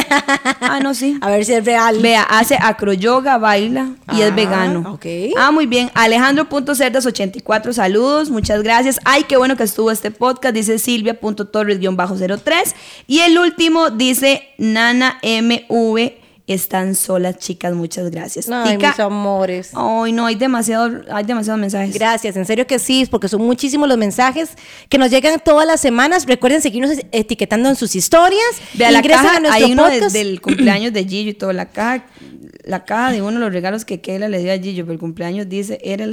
ah, no, sí. A ver si es real. Vea, hace acroyoga, baila y es Ah, vegano. ok. Ah, muy bien. Alejandro.cerdas84, saludos, muchas gracias. Ay, qué bueno que estuvo este podcast, dice Silvia.torres-03. Y el último dice Nana MV. Están solas, chicas, muchas gracias. Ay, Tica- mis amores. Ay, no, hay demasiado, hay demasiados mensajes. Gracias, en serio que sí, porque son muchísimos los mensajes que nos llegan todas las semanas. Recuerden seguirnos etiquetando en sus historias. Vea la Ingresen caja, a nuestro hay uno de- podcast. del cumpleaños de Gillo y todo, la caja, la caja de uno de los regalos que Keila le dio a Gillo, pero el cumpleaños dice, era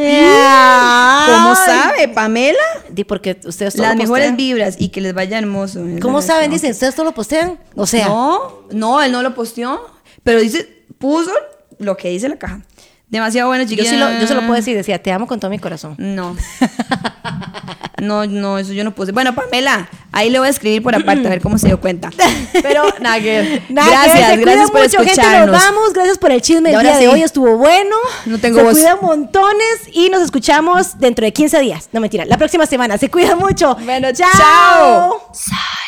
Ay. ¿Cómo sabe, Pamela? Di, porque ustedes todo Las lo mejores postean. vibras y que les vaya hermoso. ¿Cómo saben? Dicen, ¿ustedes todo lo postean? O sea, No, no, él no lo posteó, pero dice, puso lo que dice la caja. Demasiado bueno, yo, chiquilla. sí lo, yo se lo puedo decir. Decía, te amo con todo mi corazón. No. No, no, eso yo no puse. Bueno, Pamela, ahí le voy a escribir por aparte a ver cómo se dio cuenta. Pero, nada que- Nada, que gracias, se cuidan gracias por mucho, Gente, escucharnos. nos vamos. Gracias por el chisme. Y El ahora día de sí. hoy estuvo bueno. No tengo se voz. cuidan montones y nos escuchamos dentro de 15 días. No mentira, la próxima semana. Se cuidan mucho. Bueno, chao. chao. chao.